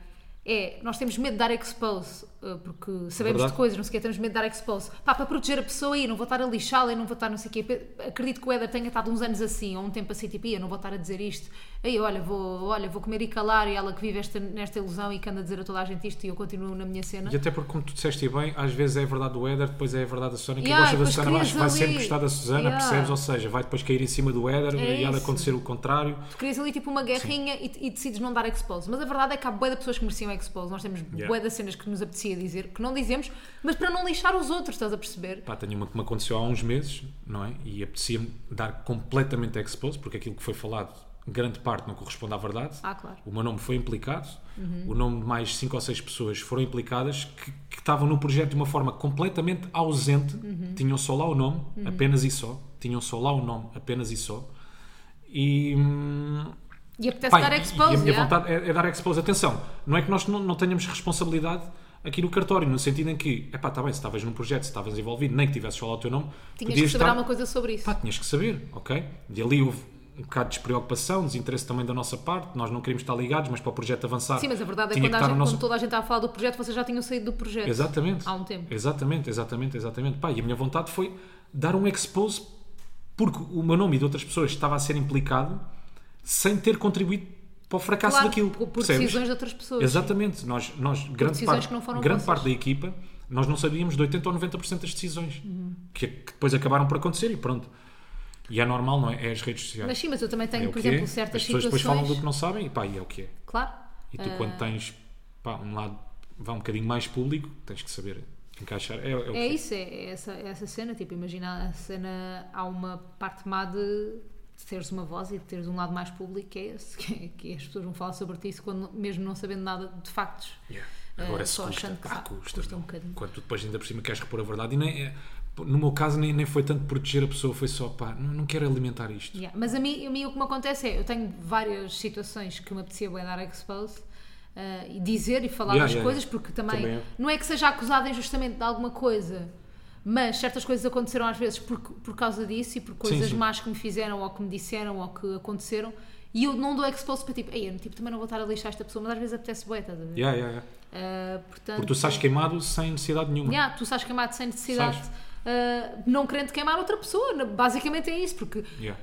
[SPEAKER 2] É, nós temos medo de dar expose, eh, porque sabemos
[SPEAKER 1] Verdade.
[SPEAKER 2] de coisas, não sei o quê, temos medo de dar expose. Pá, para proteger a pessoa aí, não vou estar a lixá-la, eu não vou estar não sei o quê. Pe- Acredito que o Éder tenha estado uns anos assim, ou um tempo assim, tipo, "Ih, eu não vou estar a dizer isto. Aí, olha, vou, olha, vou comer e calar, e ela que vive esta, nesta ilusão e que anda a dizer a toda a gente isto, e eu continuo na minha cena.
[SPEAKER 1] E até porque, como tu disseste e bem, às vezes é a verdade do Éder, depois é a verdade da Susana. Quem
[SPEAKER 2] Yeah,
[SPEAKER 1] gosta da
[SPEAKER 2] depois
[SPEAKER 1] Susana vai,
[SPEAKER 2] crias
[SPEAKER 1] vai
[SPEAKER 2] ali.
[SPEAKER 1] sempre gostar da Susana,
[SPEAKER 2] Yeah.
[SPEAKER 1] percebes? Ou seja, vai depois cair em cima do Éder
[SPEAKER 2] É
[SPEAKER 1] e há de
[SPEAKER 2] isso.
[SPEAKER 1] acontecer o contrário.
[SPEAKER 2] Tu querias ali tipo uma guerrinha e, e decides não dar expose. Mas a verdade é que há bué de pessoas que mereciam expose. Nós temos
[SPEAKER 1] Yeah.
[SPEAKER 2] bué de cenas que nos apetecia dizer, que não dizemos, mas para não lixar os outros, estás a perceber?
[SPEAKER 1] Pá, tenho uma que me aconteceu há uns meses, não é? E apetecia-me dar completamente expose, porque aquilo que foi falado, grande parte, não corresponde à verdade.
[SPEAKER 2] Ah, claro.
[SPEAKER 1] O meu nome foi implicado, o nome de mais cinco ou seis pessoas foram implicadas que, que estavam no projeto de uma forma completamente ausente, tinham só lá o nome, apenas e só, tinham só lá o nome, apenas e só. E. hum,
[SPEAKER 2] E apetece
[SPEAKER 1] Pai,
[SPEAKER 2] É dar
[SPEAKER 1] e-
[SPEAKER 2] expose.
[SPEAKER 1] E a minha
[SPEAKER 2] yeah?
[SPEAKER 1] vontade é, é dar expose. Atenção, não é que nós não, não tenhamos responsabilidade aqui no cartório, no sentido em que, epá, está bem, se estavas num projeto, se estavas envolvido, nem que tivesses falado o teu nome,
[SPEAKER 2] Tinhas que
[SPEAKER 1] podias
[SPEAKER 2] saber
[SPEAKER 1] estar-
[SPEAKER 2] alguma coisa sobre isso.
[SPEAKER 1] Pá, tinhas que saber, ok? E ali houve um bocado de despreocupação, desinteresse também da nossa parte, nós não queríamos estar ligados, mas para o projeto avançar.
[SPEAKER 2] Sim, mas a verdade é que
[SPEAKER 1] tinha
[SPEAKER 2] quando, a
[SPEAKER 1] estar
[SPEAKER 2] gente,
[SPEAKER 1] o nosso-
[SPEAKER 2] quando toda a gente está a falar do projeto, vocês já tinham saído do projeto.
[SPEAKER 1] Exatamente.
[SPEAKER 2] Há um tempo.
[SPEAKER 1] Exatamente, exatamente, exatamente. Pá, e a minha vontade foi dar um expose porque o meu nome e de outras pessoas estava a ser implicado sem ter contribuído para o fracasso
[SPEAKER 2] Claro,
[SPEAKER 1] daquilo.
[SPEAKER 2] por, por
[SPEAKER 1] percebes?
[SPEAKER 2] decisões de outras pessoas.
[SPEAKER 1] Exatamente. Nós, nós grande,
[SPEAKER 2] é. decisões
[SPEAKER 1] parte,
[SPEAKER 2] que não foram
[SPEAKER 1] grande
[SPEAKER 2] vossas.
[SPEAKER 1] parte da equipa, nós não sabíamos de 80% ou 90% das decisões
[SPEAKER 2] Uhum.
[SPEAKER 1] que, que depois acabaram por acontecer e pronto. E é normal, não é? É as redes sociais.
[SPEAKER 2] Mas sim, mas eu também tenho,
[SPEAKER 1] é o
[SPEAKER 2] por
[SPEAKER 1] que
[SPEAKER 2] exemplo,
[SPEAKER 1] é.
[SPEAKER 2] certas
[SPEAKER 1] As pessoas
[SPEAKER 2] situações. Ah.
[SPEAKER 1] depois falam do que não sabem e pá, e é o que é.
[SPEAKER 2] Claro.
[SPEAKER 1] E tu, quando tens pá, um lado vá um bocadinho mais público, tens que saber encaixar. É, é o que
[SPEAKER 2] É
[SPEAKER 1] é.
[SPEAKER 2] isso, é é essa, é essa cena. Tipo, imagina a cena. Há uma parte má de teres uma voz e de teres um lado mais público, que é esse, que, é- que as pessoas vão falar sobre ti, isso quando, mesmo não sabendo nada de factos.
[SPEAKER 1] Yeah.
[SPEAKER 2] Eh,
[SPEAKER 1] Agora se
[SPEAKER 2] só
[SPEAKER 1] custa,
[SPEAKER 2] achando que
[SPEAKER 1] pá,
[SPEAKER 2] sabe,
[SPEAKER 1] custa,
[SPEAKER 2] custa um
[SPEAKER 1] não. é?
[SPEAKER 2] bocadinho.
[SPEAKER 1] Quando tu depois ainda por cima queres repor a verdade, e nem, é- no meu caso nem, nem foi tanto proteger a pessoa, foi só pá, não, não quero alimentar isto.
[SPEAKER 2] Yeah, Mas a mim, a mim o que me acontece é, eu tenho várias situações que me apetecia bem dar expose ah, e dizer e falar
[SPEAKER 1] Yeah,
[SPEAKER 2] das
[SPEAKER 1] yeah,
[SPEAKER 2] coisas,
[SPEAKER 1] yeah.
[SPEAKER 2] porque também,
[SPEAKER 1] Também é.
[SPEAKER 2] não é que seja acusada injustamente de alguma coisa, mas certas coisas aconteceram às vezes por, por causa disso e por coisas
[SPEAKER 1] sim.
[SPEAKER 2] más que me fizeram ou que me disseram ou que aconteceram. E eu não dou expose para tipo, ei, eu, tipo, também não vou estar a lixar esta pessoa, mas às vezes apetece bué, estás a ver?
[SPEAKER 1] Yeah, yeah, yeah.
[SPEAKER 2] Ah, portanto,
[SPEAKER 1] Porque tu sais queimado sem necessidade nenhuma.
[SPEAKER 2] Yeah, tu estás queimado sem necessidade,
[SPEAKER 1] Sais.
[SPEAKER 2] ah, não querendo queimar outra pessoa, na- basicamente é isso, porque
[SPEAKER 1] Yeah.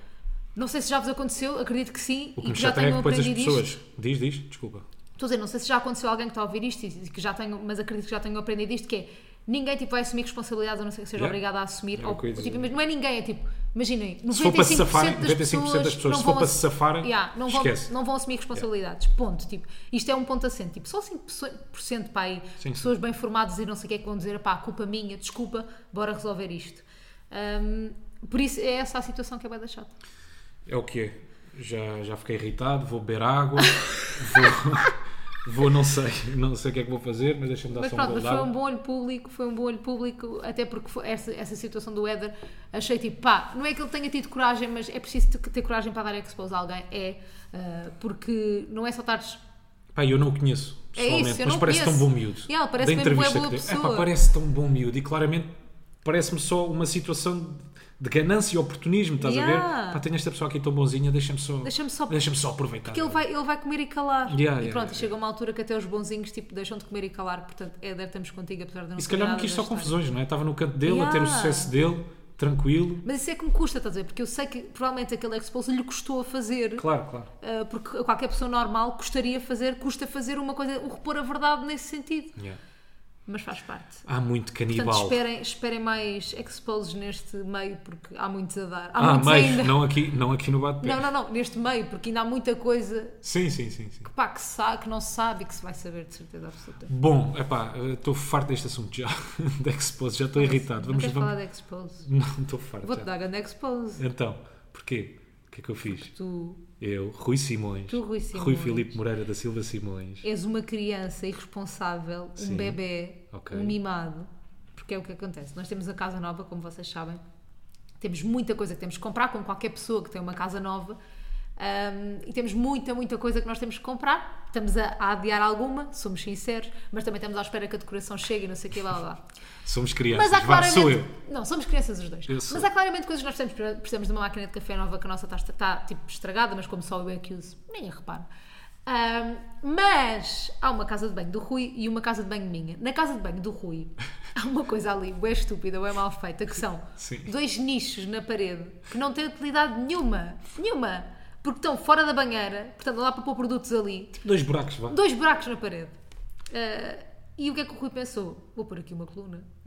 [SPEAKER 2] não sei se já vos aconteceu, acredito que sim,
[SPEAKER 1] O que
[SPEAKER 2] e
[SPEAKER 1] me
[SPEAKER 2] que já
[SPEAKER 1] chateia é que
[SPEAKER 2] tenham
[SPEAKER 1] depois as
[SPEAKER 2] aprendido
[SPEAKER 1] pessoas.
[SPEAKER 2] isto.
[SPEAKER 1] Diz, diz, desculpa.
[SPEAKER 2] Estou a dizer, não sei se já aconteceu a alguém que está a ouvir isto, e que já tenho, mas acredito que já tenham aprendido isto, que é ninguém tipo, vai assumir responsabilidades, a não ser que seja
[SPEAKER 1] Yeah.
[SPEAKER 2] obrigada a assumir.
[SPEAKER 1] Era
[SPEAKER 2] ou,
[SPEAKER 1] o que eu ia dizer.
[SPEAKER 2] tipo, mas não é ninguém, é tipo, imaginem, 95%,
[SPEAKER 1] for para se safarem,
[SPEAKER 2] das
[SPEAKER 1] 95% das pessoas, se for para se
[SPEAKER 2] ass-
[SPEAKER 1] safarem,
[SPEAKER 2] Yeah, não, vão,
[SPEAKER 1] esquece.
[SPEAKER 2] não vão assumir responsabilidades. Ponto. Tipo, isto é um ponto assente. Tipo, só 5% pá, aí,
[SPEAKER 1] Sim,
[SPEAKER 2] pessoas bem formadas e não sei o que é que vão dizer, pá, culpa minha, desculpa, bora resolver isto. Hum, por isso é essa a situação que é bem da chata.
[SPEAKER 1] É o que é. Já, já fiquei irritado, vou beber água, vou, vou não sei, não sei o que é que vou fazer, mas deixa-me dar
[SPEAKER 2] Mas
[SPEAKER 1] só um
[SPEAKER 2] pronto,
[SPEAKER 1] gol
[SPEAKER 2] mas
[SPEAKER 1] de
[SPEAKER 2] foi
[SPEAKER 1] água.
[SPEAKER 2] um bom olho público, foi um bom olho público, até porque foi essa, essa situação do Éder, achei tipo, pá, não é que ele tenha tido coragem, mas é preciso ter, ter coragem para dar expose a alguém, é, ah, porque não é só estares...
[SPEAKER 1] Pá, eu não o conheço
[SPEAKER 2] É isso,
[SPEAKER 1] pessoalmente,
[SPEAKER 2] eu
[SPEAKER 1] mas
[SPEAKER 2] não
[SPEAKER 1] parece
[SPEAKER 2] conheço.
[SPEAKER 1] tão bom miúdo.
[SPEAKER 2] Yeah, ele parece
[SPEAKER 1] da
[SPEAKER 2] mesmo bué
[SPEAKER 1] entrevista
[SPEAKER 2] boa
[SPEAKER 1] que deu.
[SPEAKER 2] pessoa.
[SPEAKER 1] Epá, parece tão bom miúdo e claramente parece-me só uma situação de ganância e oportunismo, estás a
[SPEAKER 2] Yeah.
[SPEAKER 1] ver? Pá, tenho esta pessoa aqui tão bonzinha, deixa-me só,
[SPEAKER 2] Deixa-me só-
[SPEAKER 1] deixa só aproveitar.
[SPEAKER 2] Que ele vai, ele vai comer e calar.
[SPEAKER 1] Ah. Yeah, yeah,
[SPEAKER 2] e pronto,
[SPEAKER 1] yeah,
[SPEAKER 2] chega uma altura que até os bonzinhos tipo, deixam de comer e calar. Portanto, Éder, estamos contigo, apesar de não
[SPEAKER 1] E se
[SPEAKER 2] saber
[SPEAKER 1] calhar não
[SPEAKER 2] nada
[SPEAKER 1] quis
[SPEAKER 2] da
[SPEAKER 1] só
[SPEAKER 2] história.
[SPEAKER 1] confusões, não é? Estava no canto dele, a ter o
[SPEAKER 2] Yeah.
[SPEAKER 1] sucesso dele, tranquilo.
[SPEAKER 2] Mas isso é que me custa, estás a ver? Porque eu sei que provavelmente aquele expose lhe custou a fazer.
[SPEAKER 1] Claro, claro.
[SPEAKER 2] ah, porque a qualquer pessoa normal gostaria fazer, custa fazer uma coisa, o repor a verdade nesse sentido.
[SPEAKER 1] Yeah.
[SPEAKER 2] Mas faz parte.
[SPEAKER 1] Há muito
[SPEAKER 2] Portanto,
[SPEAKER 1] canibal.
[SPEAKER 2] esperem, esperem mais exposes neste meio, porque há muitos a dar. Há
[SPEAKER 1] Ah,
[SPEAKER 2] muitos ainda.
[SPEAKER 1] mas
[SPEAKER 2] Não.
[SPEAKER 1] não aqui, não aqui no bate-pé.
[SPEAKER 2] não, não, neste meio, porque ainda há muita coisa
[SPEAKER 1] Sim, sim, sim, sim.
[SPEAKER 2] que, pá, que, sabe, que não se sabe e que se vai saber de certeza absoluta.
[SPEAKER 1] Bom, epá, eh, estou farto deste assunto já, da Expose, já estou irritado.
[SPEAKER 2] não
[SPEAKER 1] Vamos,
[SPEAKER 2] queres
[SPEAKER 1] vamos... Então.
[SPEAKER 2] falar de expose?
[SPEAKER 1] Não, estou farto
[SPEAKER 2] Vou-te
[SPEAKER 1] já.
[SPEAKER 2] dar grande expose.
[SPEAKER 1] Então, porquê? O que é que eu fiz?
[SPEAKER 2] Tu
[SPEAKER 1] Eu, Rui Simões,
[SPEAKER 2] Tu, Rui Simões.
[SPEAKER 1] Filipe Moreira da Silva Simões,
[SPEAKER 2] és uma criança irresponsável, um
[SPEAKER 1] Sim.
[SPEAKER 2] bebê,
[SPEAKER 1] Ok.
[SPEAKER 2] um mimado, porque é o que acontece. Nós temos a casa nova, como vocês sabem, temos muita coisa que temos que comprar, como qualquer pessoa que tem uma casa nova, hum, e temos muita, muita coisa que nós temos que comprar. Estamos a, a adiar alguma, somos sinceros, mas também estamos à espera que a decoração chegue e não sei o que, blá blá blá.
[SPEAKER 1] somos crianças,
[SPEAKER 2] Mas há
[SPEAKER 1] Vá,
[SPEAKER 2] claramente.
[SPEAKER 1] sou eu.
[SPEAKER 2] Não, somos crianças os dois.
[SPEAKER 1] Eu sou.
[SPEAKER 2] Mas há claramente coisas que nós precisamos. Precisamos de uma máquina de café nova que a nossa está, está, tipo estragada, mas como só eu é que uso, nem a reparo. Ahm, mas há uma casa de banho do Rui e uma casa de banho minha. Na casa de banho do Rui há uma coisa ali, bem estúpida, bem mal feita, que são
[SPEAKER 1] Sim.
[SPEAKER 2] dois nichos na parede que não têm utilidade nenhuma. Nenhuma. Porque estão fora da banheira, portanto não dá para pôr produtos ali.
[SPEAKER 1] Dois buracos, vá.
[SPEAKER 2] Dois buracos na parede. Ah, e o que é que o Rui pensou? Vou pôr aqui uma coluna.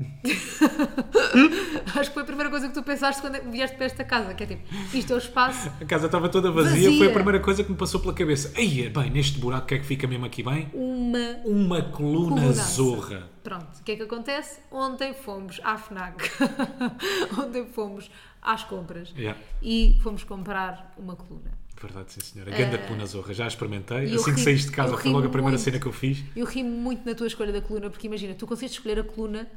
[SPEAKER 2] Acho que foi a primeira coisa que tu pensaste quando vieste para esta casa, que é tipo, isto é o espaço
[SPEAKER 1] A casa estava toda vazia,
[SPEAKER 2] Vazia.
[SPEAKER 1] foi a primeira coisa que me passou pela cabeça. Aí, bem, neste buraco, o que é que fica mesmo aqui bem?
[SPEAKER 2] uma
[SPEAKER 1] Uma coluna
[SPEAKER 2] Mudança.
[SPEAKER 1] zorra.
[SPEAKER 2] Pronto, o que é que acontece? Ontem fomos à FNAC, ontem fomos às compras
[SPEAKER 1] Yeah.
[SPEAKER 2] e fomos comprar uma coluna.
[SPEAKER 1] Verdade, sim, senhora. A ganda coluna zorra. Já a experimentei.
[SPEAKER 2] eu
[SPEAKER 1] Assim que
[SPEAKER 2] Eh, ri-
[SPEAKER 1] saíste de casa,
[SPEAKER 2] eu
[SPEAKER 1] foi logo a
[SPEAKER 2] ri
[SPEAKER 1] primeira
[SPEAKER 2] muito.
[SPEAKER 1] cena que eu fiz.
[SPEAKER 2] Eu ri muito na tua escolha da coluna, porque imagina, tu conseguiste escolher a coluna,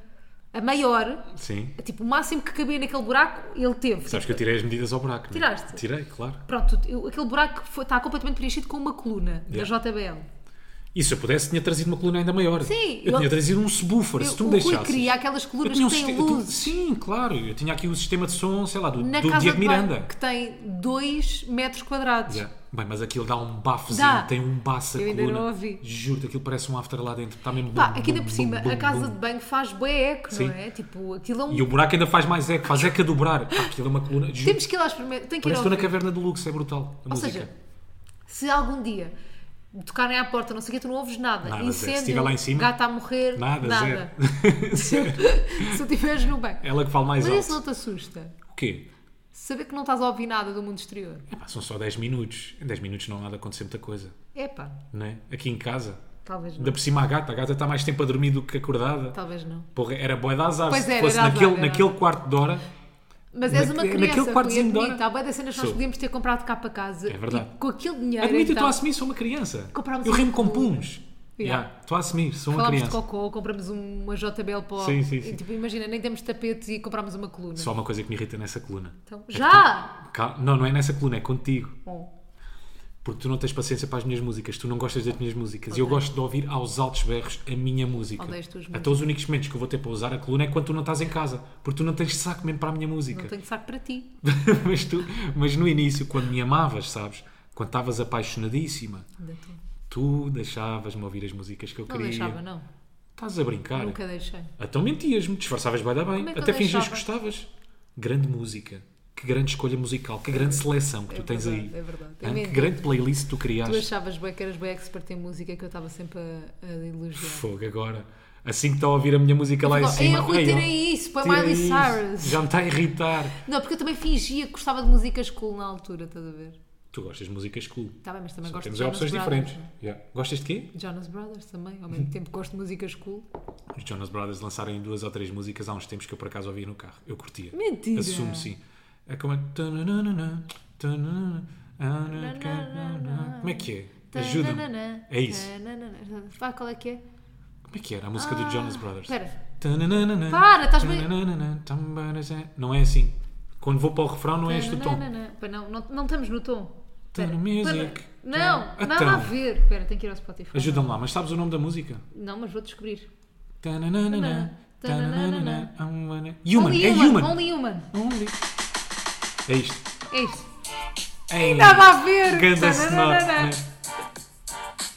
[SPEAKER 2] a maior,
[SPEAKER 1] Sim.
[SPEAKER 2] tipo o máximo que cabia naquele buraco, ele teve.
[SPEAKER 1] Sabes que eu tirei as medidas ao buraco. não é?
[SPEAKER 2] Tiraste?
[SPEAKER 1] Tirei, claro.
[SPEAKER 2] Pronto, eu- aquele buraco foi- está completamente preenchido com uma coluna
[SPEAKER 1] Yeah.
[SPEAKER 2] da JBL.
[SPEAKER 1] E se eu pudesse, tinha trazido uma coluna ainda maior.
[SPEAKER 2] Sim,
[SPEAKER 1] Eu,
[SPEAKER 2] eu-
[SPEAKER 1] tinha trazido um subwoofer,
[SPEAKER 2] Eu,
[SPEAKER 1] se tu
[SPEAKER 2] o
[SPEAKER 1] me
[SPEAKER 2] Rui
[SPEAKER 1] deixasses.
[SPEAKER 2] queria aquelas
[SPEAKER 1] Eu
[SPEAKER 2] colunas
[SPEAKER 1] tinha um
[SPEAKER 2] que têm
[SPEAKER 1] sistema- eu tinha-
[SPEAKER 2] luzes.
[SPEAKER 1] Sim, claro. Eu tinha aqui o sistema de som, sei lá, do,
[SPEAKER 2] Na
[SPEAKER 1] do
[SPEAKER 2] casa
[SPEAKER 1] Diego
[SPEAKER 2] de banho,
[SPEAKER 1] Miranda.
[SPEAKER 2] que tem 2 metros quadrados.
[SPEAKER 1] Yeah. Bem, mas aquilo dá um bafozinho,
[SPEAKER 2] Dá.
[SPEAKER 1] tem um bafo a
[SPEAKER 2] Eu ainda
[SPEAKER 1] coluna.
[SPEAKER 2] não ouvi.
[SPEAKER 1] Juro-te, aquilo parece um after lá dentro. Está mesmo
[SPEAKER 2] Pá,
[SPEAKER 1] bum,
[SPEAKER 2] aqui ainda
[SPEAKER 1] bum,
[SPEAKER 2] por cima,
[SPEAKER 1] bum,
[SPEAKER 2] a
[SPEAKER 1] bum,
[SPEAKER 2] casa
[SPEAKER 1] bum.
[SPEAKER 2] de banho faz bué eco,
[SPEAKER 1] Sim.
[SPEAKER 2] não é? Tipo, aquilo é um...
[SPEAKER 1] E o buraco ainda faz mais eco, faz eco a dobrar. Pá, aquilo é uma coluna. Juro,
[SPEAKER 2] Temos que ir lá experimentar. Tem que ir
[SPEAKER 1] parece que
[SPEAKER 2] ao
[SPEAKER 1] estou na caverna do Lux, é brutal. A
[SPEAKER 2] Ou
[SPEAKER 1] música.
[SPEAKER 2] seja, se algum dia tocarem à porta, não sei o que, tu não ouves nada.
[SPEAKER 1] Nada, zero. Se
[SPEAKER 2] Incêndio,
[SPEAKER 1] estiver lá em cima,
[SPEAKER 2] gato a morrer,
[SPEAKER 1] nada,
[SPEAKER 2] nada.
[SPEAKER 1] zero. Sério.
[SPEAKER 2] se tu estiveres no banho.
[SPEAKER 1] Ela que fala mais
[SPEAKER 2] Mas
[SPEAKER 1] alto.
[SPEAKER 2] isso não te assusta?
[SPEAKER 1] O quê?
[SPEAKER 2] Saber que não estás a ouvir nada do mundo exterior.
[SPEAKER 1] Epá, são só 10 minutos. Em 10 minutos não há nada a acontecer muita coisa.
[SPEAKER 2] Epá,
[SPEAKER 1] Não é? Aqui em casa.
[SPEAKER 2] talvez não.
[SPEAKER 1] Ainda por cima a gata. A gata está mais tempo a dormir do que acordada.
[SPEAKER 2] Talvez não.
[SPEAKER 1] Porra, era boa das azar
[SPEAKER 2] Pois
[SPEAKER 1] se
[SPEAKER 2] era,
[SPEAKER 1] fosse
[SPEAKER 2] era azar,
[SPEAKER 1] naquele,
[SPEAKER 2] era
[SPEAKER 1] naquele
[SPEAKER 2] azar.
[SPEAKER 1] quarto de hora.
[SPEAKER 2] Mas és uma
[SPEAKER 1] Naquele-
[SPEAKER 2] criança,
[SPEAKER 1] naquele quartozinho de
[SPEAKER 2] Rui,
[SPEAKER 1] hora-
[SPEAKER 2] admite. Há bué das cenas que nós
[SPEAKER 1] Sou.
[SPEAKER 2] podíamos ter comprado cá para casa.
[SPEAKER 1] É verdade.
[SPEAKER 2] E com aquele dinheiro,
[SPEAKER 1] Admito,
[SPEAKER 2] então,
[SPEAKER 1] estou a assumir, sou uma criança.
[SPEAKER 2] Comprámos
[SPEAKER 1] eu
[SPEAKER 2] uma
[SPEAKER 1] rimo com
[SPEAKER 2] coluna.
[SPEAKER 1] punhos.
[SPEAKER 2] Yeah.
[SPEAKER 1] Yeah, Estou a assumir, sou uma
[SPEAKER 2] Falámos de
[SPEAKER 1] criança.
[SPEAKER 2] cocô, compramos um, uma JBL para o-
[SPEAKER 1] Sim, sim,
[SPEAKER 2] e,
[SPEAKER 1] sim.
[SPEAKER 2] Tipo, imagina, nem temos tapetes e comprámos uma coluna.
[SPEAKER 1] Só uma coisa que me irrita nessa coluna.
[SPEAKER 2] Então,
[SPEAKER 1] É que
[SPEAKER 2] já!
[SPEAKER 1] tu- Cal- Não, não é nessa coluna, é contigo.
[SPEAKER 2] Bom,
[SPEAKER 1] Porque tu não tens paciência para as minhas músicas, tu não gostas das minhas músicas. E eu
[SPEAKER 2] Odeio.
[SPEAKER 1] gosto de ouvir aos altos berros a minha música.
[SPEAKER 2] Odeio as tuas
[SPEAKER 1] Até os únicos momentos que eu vou ter para usar a coluna é quando tu não estás em casa. Porque tu não tens saco mesmo para a minha música.
[SPEAKER 2] não tenho saco para ti.
[SPEAKER 1] mas, tu, mas no início, quando me amavas, sabes? Quando estavas apaixonadíssima,
[SPEAKER 2] Ainda estou.
[SPEAKER 1] tu deixavas-me ouvir as músicas que eu
[SPEAKER 2] Não
[SPEAKER 1] queria.
[SPEAKER 2] deixava, não.
[SPEAKER 1] Estás a brincar?
[SPEAKER 2] Nunca deixei.
[SPEAKER 1] Então mentias-me, disfarçavas bem da bem.
[SPEAKER 2] Como é que eu
[SPEAKER 1] Até fingias que
[SPEAKER 2] deixava?
[SPEAKER 1] gostavas. Grande música. Que grande escolha musical, que grande seleção que
[SPEAKER 2] É
[SPEAKER 1] tu tens
[SPEAKER 2] verdade,
[SPEAKER 1] aí.
[SPEAKER 2] é verdade.
[SPEAKER 1] Hã?
[SPEAKER 2] Eu
[SPEAKER 1] Que
[SPEAKER 2] menti.
[SPEAKER 1] grande playlist tu
[SPEAKER 2] Tu
[SPEAKER 1] criaste.
[SPEAKER 2] achavas bem que eras bem expert em música que eu estava sempre a, a elogiar.
[SPEAKER 1] Fogo agora. Assim que está a ouvir a minha música lá em
[SPEAKER 2] Agora,
[SPEAKER 1] cima.
[SPEAKER 2] "Ei, é Rui,
[SPEAKER 1] ei, ó,
[SPEAKER 2] tira isso, põe
[SPEAKER 1] tira
[SPEAKER 2] Miley
[SPEAKER 1] isso.
[SPEAKER 2] Cyrus."
[SPEAKER 1] Já me está a irritar.
[SPEAKER 2] Não, porque eu também fingia que gostava de músicas cool na altura, estás a ver?
[SPEAKER 1] Tu gostas de músicas cool.
[SPEAKER 2] Está bem, mas também gosto
[SPEAKER 1] Temos
[SPEAKER 2] de Jonas
[SPEAKER 1] opções
[SPEAKER 2] Brothers.
[SPEAKER 1] diferentes. Yeah. Gostas de quê?
[SPEAKER 2] Jonas Brothers também, ao mesmo tempo que gosto de músicas cool.
[SPEAKER 1] Os Jonas Brothers lançarem duas ou três músicas há uns tempos que eu por acaso ouvia no carro. Eu curtia.
[SPEAKER 2] Mentira!
[SPEAKER 1] Assumo sim. É como é. ah, Como é que é? Ajuda-me.
[SPEAKER 2] Tananana,
[SPEAKER 1] É isso.
[SPEAKER 2] tananana. Pá, qual é que é?
[SPEAKER 1] Como é que era a música do Jonas Brothers?
[SPEAKER 2] Espera.
[SPEAKER 1] Para,
[SPEAKER 2] Ah, Para, estás bem-
[SPEAKER 1] Não é assim. Quando vou para o refrão, não é este o tom.
[SPEAKER 2] Tananana. Pá, Não, não, não estamos no tom. Espera.
[SPEAKER 1] Tana music.
[SPEAKER 2] Não,
[SPEAKER 1] Tana-
[SPEAKER 2] nada
[SPEAKER 1] Então.
[SPEAKER 2] a ver. Espera, tenho que ir ao Spotify.
[SPEAKER 1] Ajuda-me lá, mas sabes o nome da música?
[SPEAKER 2] Não, mas vou descobrir.
[SPEAKER 1] Tananana,
[SPEAKER 2] Tananana.
[SPEAKER 1] tananana, I'm gonna- Human,
[SPEAKER 2] only
[SPEAKER 1] é
[SPEAKER 2] human, um
[SPEAKER 1] human.
[SPEAKER 2] Only human.
[SPEAKER 1] Only. É isto.
[SPEAKER 2] É isto.
[SPEAKER 1] Ei,
[SPEAKER 2] Nada a ver!
[SPEAKER 1] Ganda
[SPEAKER 2] Tananana.
[SPEAKER 1] snot, né?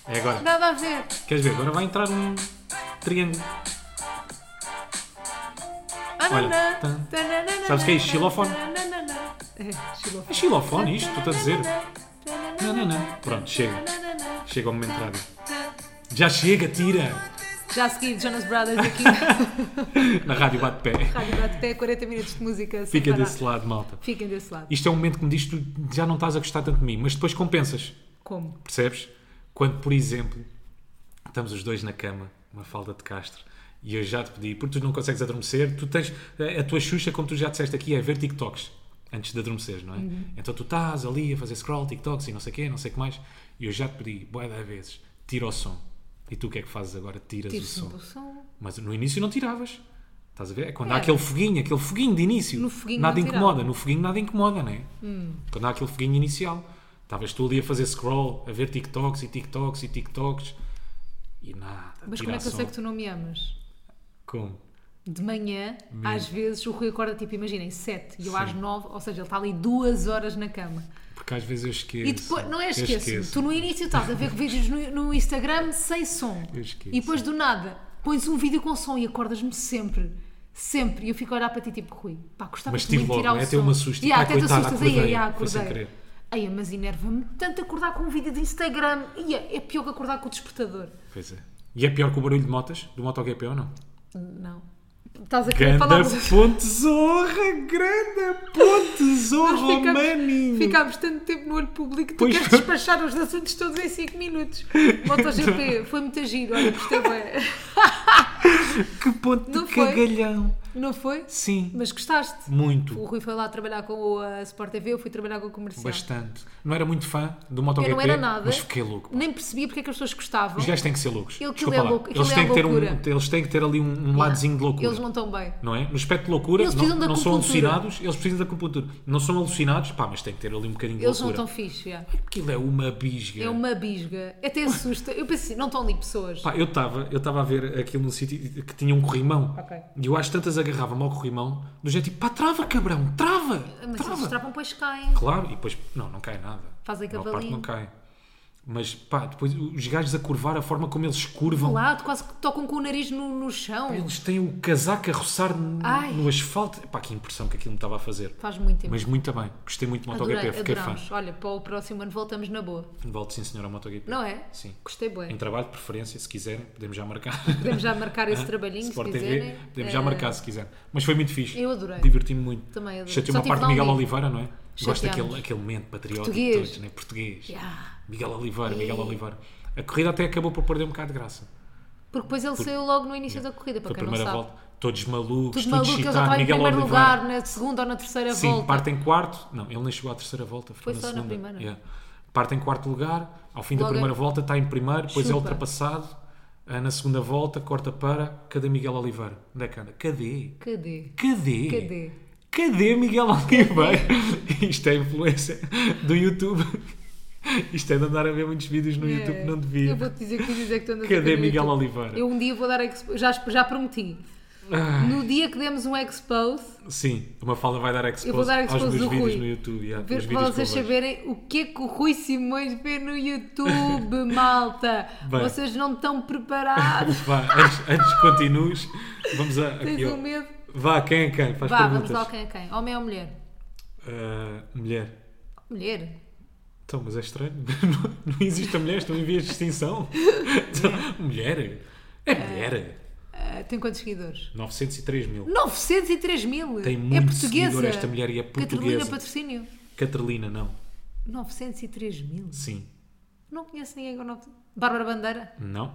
[SPEAKER 1] É agora.
[SPEAKER 2] Nada a ver.
[SPEAKER 1] Queres ver? Agora vai entrar um triângulo.
[SPEAKER 2] Ananã.
[SPEAKER 1] tan-
[SPEAKER 2] Tananana.
[SPEAKER 1] Sabes o que é isto? Xilofone?
[SPEAKER 2] Tananana. É, xilofone.
[SPEAKER 1] É xilofone isto, estou a dizer.
[SPEAKER 2] Tananana.
[SPEAKER 1] Pronto, chega.
[SPEAKER 2] Tananana.
[SPEAKER 1] Chega o momento rádio. Já chega, tira!
[SPEAKER 2] Já a seguir, Jonas Brothers aqui.
[SPEAKER 1] Na rádio bate pé.
[SPEAKER 2] Rádio Bate Pé, 40 minutos de música. sem
[SPEAKER 1] Fica
[SPEAKER 2] parar.
[SPEAKER 1] desse lado, malta.
[SPEAKER 2] Fiquem desse lado.
[SPEAKER 1] Isto é um momento que me diz que tu já não estás a gostar tanto de mim, mas depois compensas,
[SPEAKER 2] Como?
[SPEAKER 1] percebes? Quando, por exemplo, estamos os dois na cama, uma falda de Castro, e eu já te pedi, porque tu não consegues adormecer, tu tens eh, a a tua Xuxa, como tu já disseste aqui, é ver TikToks antes de adormeceres, não é? Então tu estás ali a fazer scroll, TikToks e não sei o quê, não sei o que mais, e eu já te pedi, boa da vezes, tira o som. E tu o que é que fazes agora? Tiras o
[SPEAKER 2] Tiro-se
[SPEAKER 1] som.
[SPEAKER 2] um som.
[SPEAKER 1] Mas no início não tiravas. Estás a ver? É quando há
[SPEAKER 2] É.
[SPEAKER 1] aquele foguinho, aquele foguinho de início.
[SPEAKER 2] No foguinho
[SPEAKER 1] nada
[SPEAKER 2] não tirava. Hum.
[SPEAKER 1] incomoda, no foguinho nada incomoda, não é? Quando há aquele foguinho inicial. Estavas tu ali a fazer scroll, a ver TikToks e TikToks e TikToks. E nada.
[SPEAKER 2] Mas
[SPEAKER 1] tira
[SPEAKER 2] como é que eu
[SPEAKER 1] a
[SPEAKER 2] sei
[SPEAKER 1] som.
[SPEAKER 2] que tu não me amas?
[SPEAKER 1] Como?
[SPEAKER 2] De manhã, às vezes, o Rui acorda, tipo, imaginem, 7 e eu às 9, ou seja, ele está ali duas horas na cama.
[SPEAKER 1] Porque às vezes eu esqueço.
[SPEAKER 2] E depois, não é
[SPEAKER 1] Eu
[SPEAKER 2] esquece-me.
[SPEAKER 1] esqueço.
[SPEAKER 2] Tu no início estás a ver vídeos no, no Instagram sem som.
[SPEAKER 1] Eu esqueço.
[SPEAKER 2] E depois do nada pões um vídeo com som e acordas-me sempre. Sempre. E eu fico a olhar para ti tipo, Rui, pá, gostava
[SPEAKER 1] Mas
[SPEAKER 2] de muito
[SPEAKER 1] tive logo,
[SPEAKER 2] tirar
[SPEAKER 1] não
[SPEAKER 2] o
[SPEAKER 1] é?
[SPEAKER 2] som.
[SPEAKER 1] Até um assusto.
[SPEAKER 2] Yeah,
[SPEAKER 1] Ai,
[SPEAKER 2] até te
[SPEAKER 1] coitada,
[SPEAKER 2] assustas. Aí, aí,
[SPEAKER 1] acordei.
[SPEAKER 2] ah,
[SPEAKER 1] Foi sem
[SPEAKER 2] acordei.
[SPEAKER 1] querer.
[SPEAKER 2] Aí, mas enerva-me tanto acordar com um vídeo de Instagram. Ia, é pior que acordar com o despertador.
[SPEAKER 1] Pois é. E é pior que o barulho de motas? Do MotoGP ou não?
[SPEAKER 2] Não. assim? Estás a querer falar
[SPEAKER 1] Grande
[SPEAKER 2] dos...
[SPEAKER 1] ponte zorra! Grande ponte zorra, oh,
[SPEAKER 2] Ficámos-
[SPEAKER 1] maninho!
[SPEAKER 2] Ficámos tanto tempo no olho público, tu
[SPEAKER 1] Pois
[SPEAKER 2] queres
[SPEAKER 1] foi.
[SPEAKER 2] despachar os assuntos todos em 5 minutos. MotoGP, foi muito giro, olha, gostei bem.
[SPEAKER 1] Que ponte
[SPEAKER 2] Não
[SPEAKER 1] de
[SPEAKER 2] foi?
[SPEAKER 1] cagalhão!
[SPEAKER 2] Não foi?
[SPEAKER 1] Sim,
[SPEAKER 2] Mas gostaste? O
[SPEAKER 1] muito.
[SPEAKER 2] Rui foi lá trabalhar com a Sport TV, eu fui trabalhar com o comercial.
[SPEAKER 1] Bastante. Não era muito fã do MotoGP,
[SPEAKER 2] Eu não era nada.
[SPEAKER 1] mas fiquei louco.
[SPEAKER 2] Nem percebia porque é que as pessoas gostavam.
[SPEAKER 1] Os gajos têm que ser loucos.
[SPEAKER 2] Aquilo
[SPEAKER 1] Desculpa
[SPEAKER 2] é
[SPEAKER 1] lá.
[SPEAKER 2] louco, aquilo
[SPEAKER 1] Eles
[SPEAKER 2] é
[SPEAKER 1] têm, que ter um,
[SPEAKER 2] loucura.
[SPEAKER 1] eles têm que ter ali um, um ladozinho de loucura.
[SPEAKER 2] Eles não estão bem.
[SPEAKER 1] Não é? No aspecto de loucura,
[SPEAKER 2] Eles
[SPEAKER 1] não,
[SPEAKER 2] precisam da
[SPEAKER 1] não são
[SPEAKER 2] acupuntura.
[SPEAKER 1] alucinados, eles precisam da acupuntura. Não são alucinados, pá, mas tem que ter ali um bocadinho de
[SPEAKER 2] Eles não
[SPEAKER 1] loucura.
[SPEAKER 2] estão fixe, já.
[SPEAKER 1] Aquilo é uma bisga.
[SPEAKER 2] É uma bisga. Até assusta. Eu pensei, não estão ali pessoas.
[SPEAKER 1] Pá, eu estava eu estava a ver aquilo num sítio que tinha um corrimão.
[SPEAKER 2] Ok.
[SPEAKER 1] E eu às tantas agarrava-me ao corrimão, do jeito tipo, pá, trava, cabrão, trava!
[SPEAKER 2] Mas se
[SPEAKER 1] trava.
[SPEAKER 2] eles travam, pois caem.
[SPEAKER 1] Claro, e depois, não, não cai nada.
[SPEAKER 2] Fazem
[SPEAKER 1] A maior parte
[SPEAKER 2] cavalinho.
[SPEAKER 1] não cai. Mas pá, depois os gajos a curvar, a forma como eles curvam.
[SPEAKER 2] Lá, quase que tocam com o nariz no, no chão.
[SPEAKER 1] Eles têm o casaco a roçar no,
[SPEAKER 2] Ai.
[SPEAKER 1] no asfalto. Pá, que impressão que aquilo me estava a fazer.
[SPEAKER 2] Faz muito tempo.
[SPEAKER 1] Mas muito bem, gostei muito do MotoGP,
[SPEAKER 2] Adorei,
[SPEAKER 1] fiquei fã.
[SPEAKER 2] adorámos. Olha, para o próximo ano voltamos na boa.
[SPEAKER 1] Volto sim, senhor, ao MotoGP.
[SPEAKER 2] Não é?
[SPEAKER 1] Sim. Então.
[SPEAKER 2] Gostei
[SPEAKER 1] Em
[SPEAKER 2] bem.
[SPEAKER 1] trabalho de preferência, se quiserem, podemos já marcar.
[SPEAKER 2] Podemos já marcar esse trabalhinho, se
[SPEAKER 1] Sport
[SPEAKER 2] quiserem.
[SPEAKER 1] TV, podemos já
[SPEAKER 2] Eh,
[SPEAKER 1] marcar se quiser. Mas foi muito fixe.
[SPEAKER 2] eu adorei.
[SPEAKER 1] Diverti-me muito.
[SPEAKER 2] Também adorei.
[SPEAKER 1] Chateou
[SPEAKER 2] Só
[SPEAKER 1] uma
[SPEAKER 2] tive
[SPEAKER 1] parte
[SPEAKER 2] de
[SPEAKER 1] de Miguel
[SPEAKER 2] ouvir.
[SPEAKER 1] Oliveira, não é? Gosto
[SPEAKER 2] Chateámos.
[SPEAKER 1] daquele aquele momento patriótico de
[SPEAKER 2] Português.
[SPEAKER 1] todos, não é? Português.
[SPEAKER 2] yeah.
[SPEAKER 1] Miguel Oliveira,
[SPEAKER 2] Ei.
[SPEAKER 1] Miguel Oliveira. A corrida até acabou por perder um bocado de graça.
[SPEAKER 2] Porque depois ele saiu logo no início da corrida, para
[SPEAKER 1] Foi a
[SPEAKER 2] quem não
[SPEAKER 1] primeira
[SPEAKER 2] sabe.
[SPEAKER 1] volta, todos malucos,
[SPEAKER 2] Tudo
[SPEAKER 1] todos
[SPEAKER 2] maluco, ele já
[SPEAKER 1] excitados.
[SPEAKER 2] estava em
[SPEAKER 1] Miguel
[SPEAKER 2] primeiro
[SPEAKER 1] Oliveira.
[SPEAKER 2] lugar, na segunda ou na terceira
[SPEAKER 1] Sim,
[SPEAKER 2] volta.
[SPEAKER 1] parte em quarto. Não, ele nem chegou à terceira volta. Ficou
[SPEAKER 2] Foi
[SPEAKER 1] na
[SPEAKER 2] só na
[SPEAKER 1] segunda.
[SPEAKER 2] primeira.
[SPEAKER 1] Yeah. Parte em quarto lugar. Ao fim da
[SPEAKER 2] Logo
[SPEAKER 1] primeira
[SPEAKER 2] é-
[SPEAKER 1] volta está em primeiro, depois é
[SPEAKER 2] Chupa.
[SPEAKER 1] ultrapassado. Ah, Na segunda volta, corta para. Cadê Miguel Oliveira? Onde é que anda? Cadê?
[SPEAKER 2] Cadê?
[SPEAKER 1] Cadê?
[SPEAKER 2] Cadê?
[SPEAKER 1] Cadê Miguel Oliveira? Isto é influência do YouTube. Isto é de andar a ver muitos vídeos no YouTube,
[SPEAKER 2] É,
[SPEAKER 1] que não devia.
[SPEAKER 2] Eu vou-te dizer que coisas é que tu andas a
[SPEAKER 1] Cadê
[SPEAKER 2] ver no
[SPEAKER 1] Miguel
[SPEAKER 2] YouTube?
[SPEAKER 1] Oliveira?
[SPEAKER 2] Eu um dia vou dar expo... já, já prometi.
[SPEAKER 1] Ah,
[SPEAKER 2] No dia que demos um expose,
[SPEAKER 1] sim, uma falda vai dar expose,
[SPEAKER 2] Eu vou dar expose
[SPEAKER 1] aos meus
[SPEAKER 2] do
[SPEAKER 1] vídeos
[SPEAKER 2] Rui.
[SPEAKER 1] no YouTube. Yeah,
[SPEAKER 2] ver
[SPEAKER 1] os vídeos
[SPEAKER 2] para
[SPEAKER 1] que eu
[SPEAKER 2] vocês
[SPEAKER 1] vejo.
[SPEAKER 2] saberem o que é que o Rui Simões vê no YouTube, malta.
[SPEAKER 1] Bem.
[SPEAKER 2] Vocês não estão preparados.
[SPEAKER 1] Vá, antes, antes que continues, vamos a. aqui,
[SPEAKER 2] Tens
[SPEAKER 1] ó.
[SPEAKER 2] um medo?
[SPEAKER 1] Vá, quem é quem? Faz
[SPEAKER 2] Vá, vamos
[SPEAKER 1] perguntas.
[SPEAKER 2] lá ao quem é quem. Homem ou mulher?
[SPEAKER 1] Ah, mulher.
[SPEAKER 2] Mulher.
[SPEAKER 1] Então, mas é estranho. Não, não existe a mulher, estão em vias de extinção. Então, mulher? É mulher.
[SPEAKER 2] Ah, tem quantos seguidores?
[SPEAKER 1] 903 mil.
[SPEAKER 2] 903 mil.
[SPEAKER 1] Tem
[SPEAKER 2] é
[SPEAKER 1] muito
[SPEAKER 2] portuguesa.
[SPEAKER 1] seguidor esta mulher e é
[SPEAKER 2] Catalina
[SPEAKER 1] portuguesa.
[SPEAKER 2] Patrocínio.
[SPEAKER 1] Catalina, não.
[SPEAKER 2] 903 mil.
[SPEAKER 1] Sim.
[SPEAKER 2] Não conheço ninguém com 9... Bárbara Bandeira.
[SPEAKER 1] Não.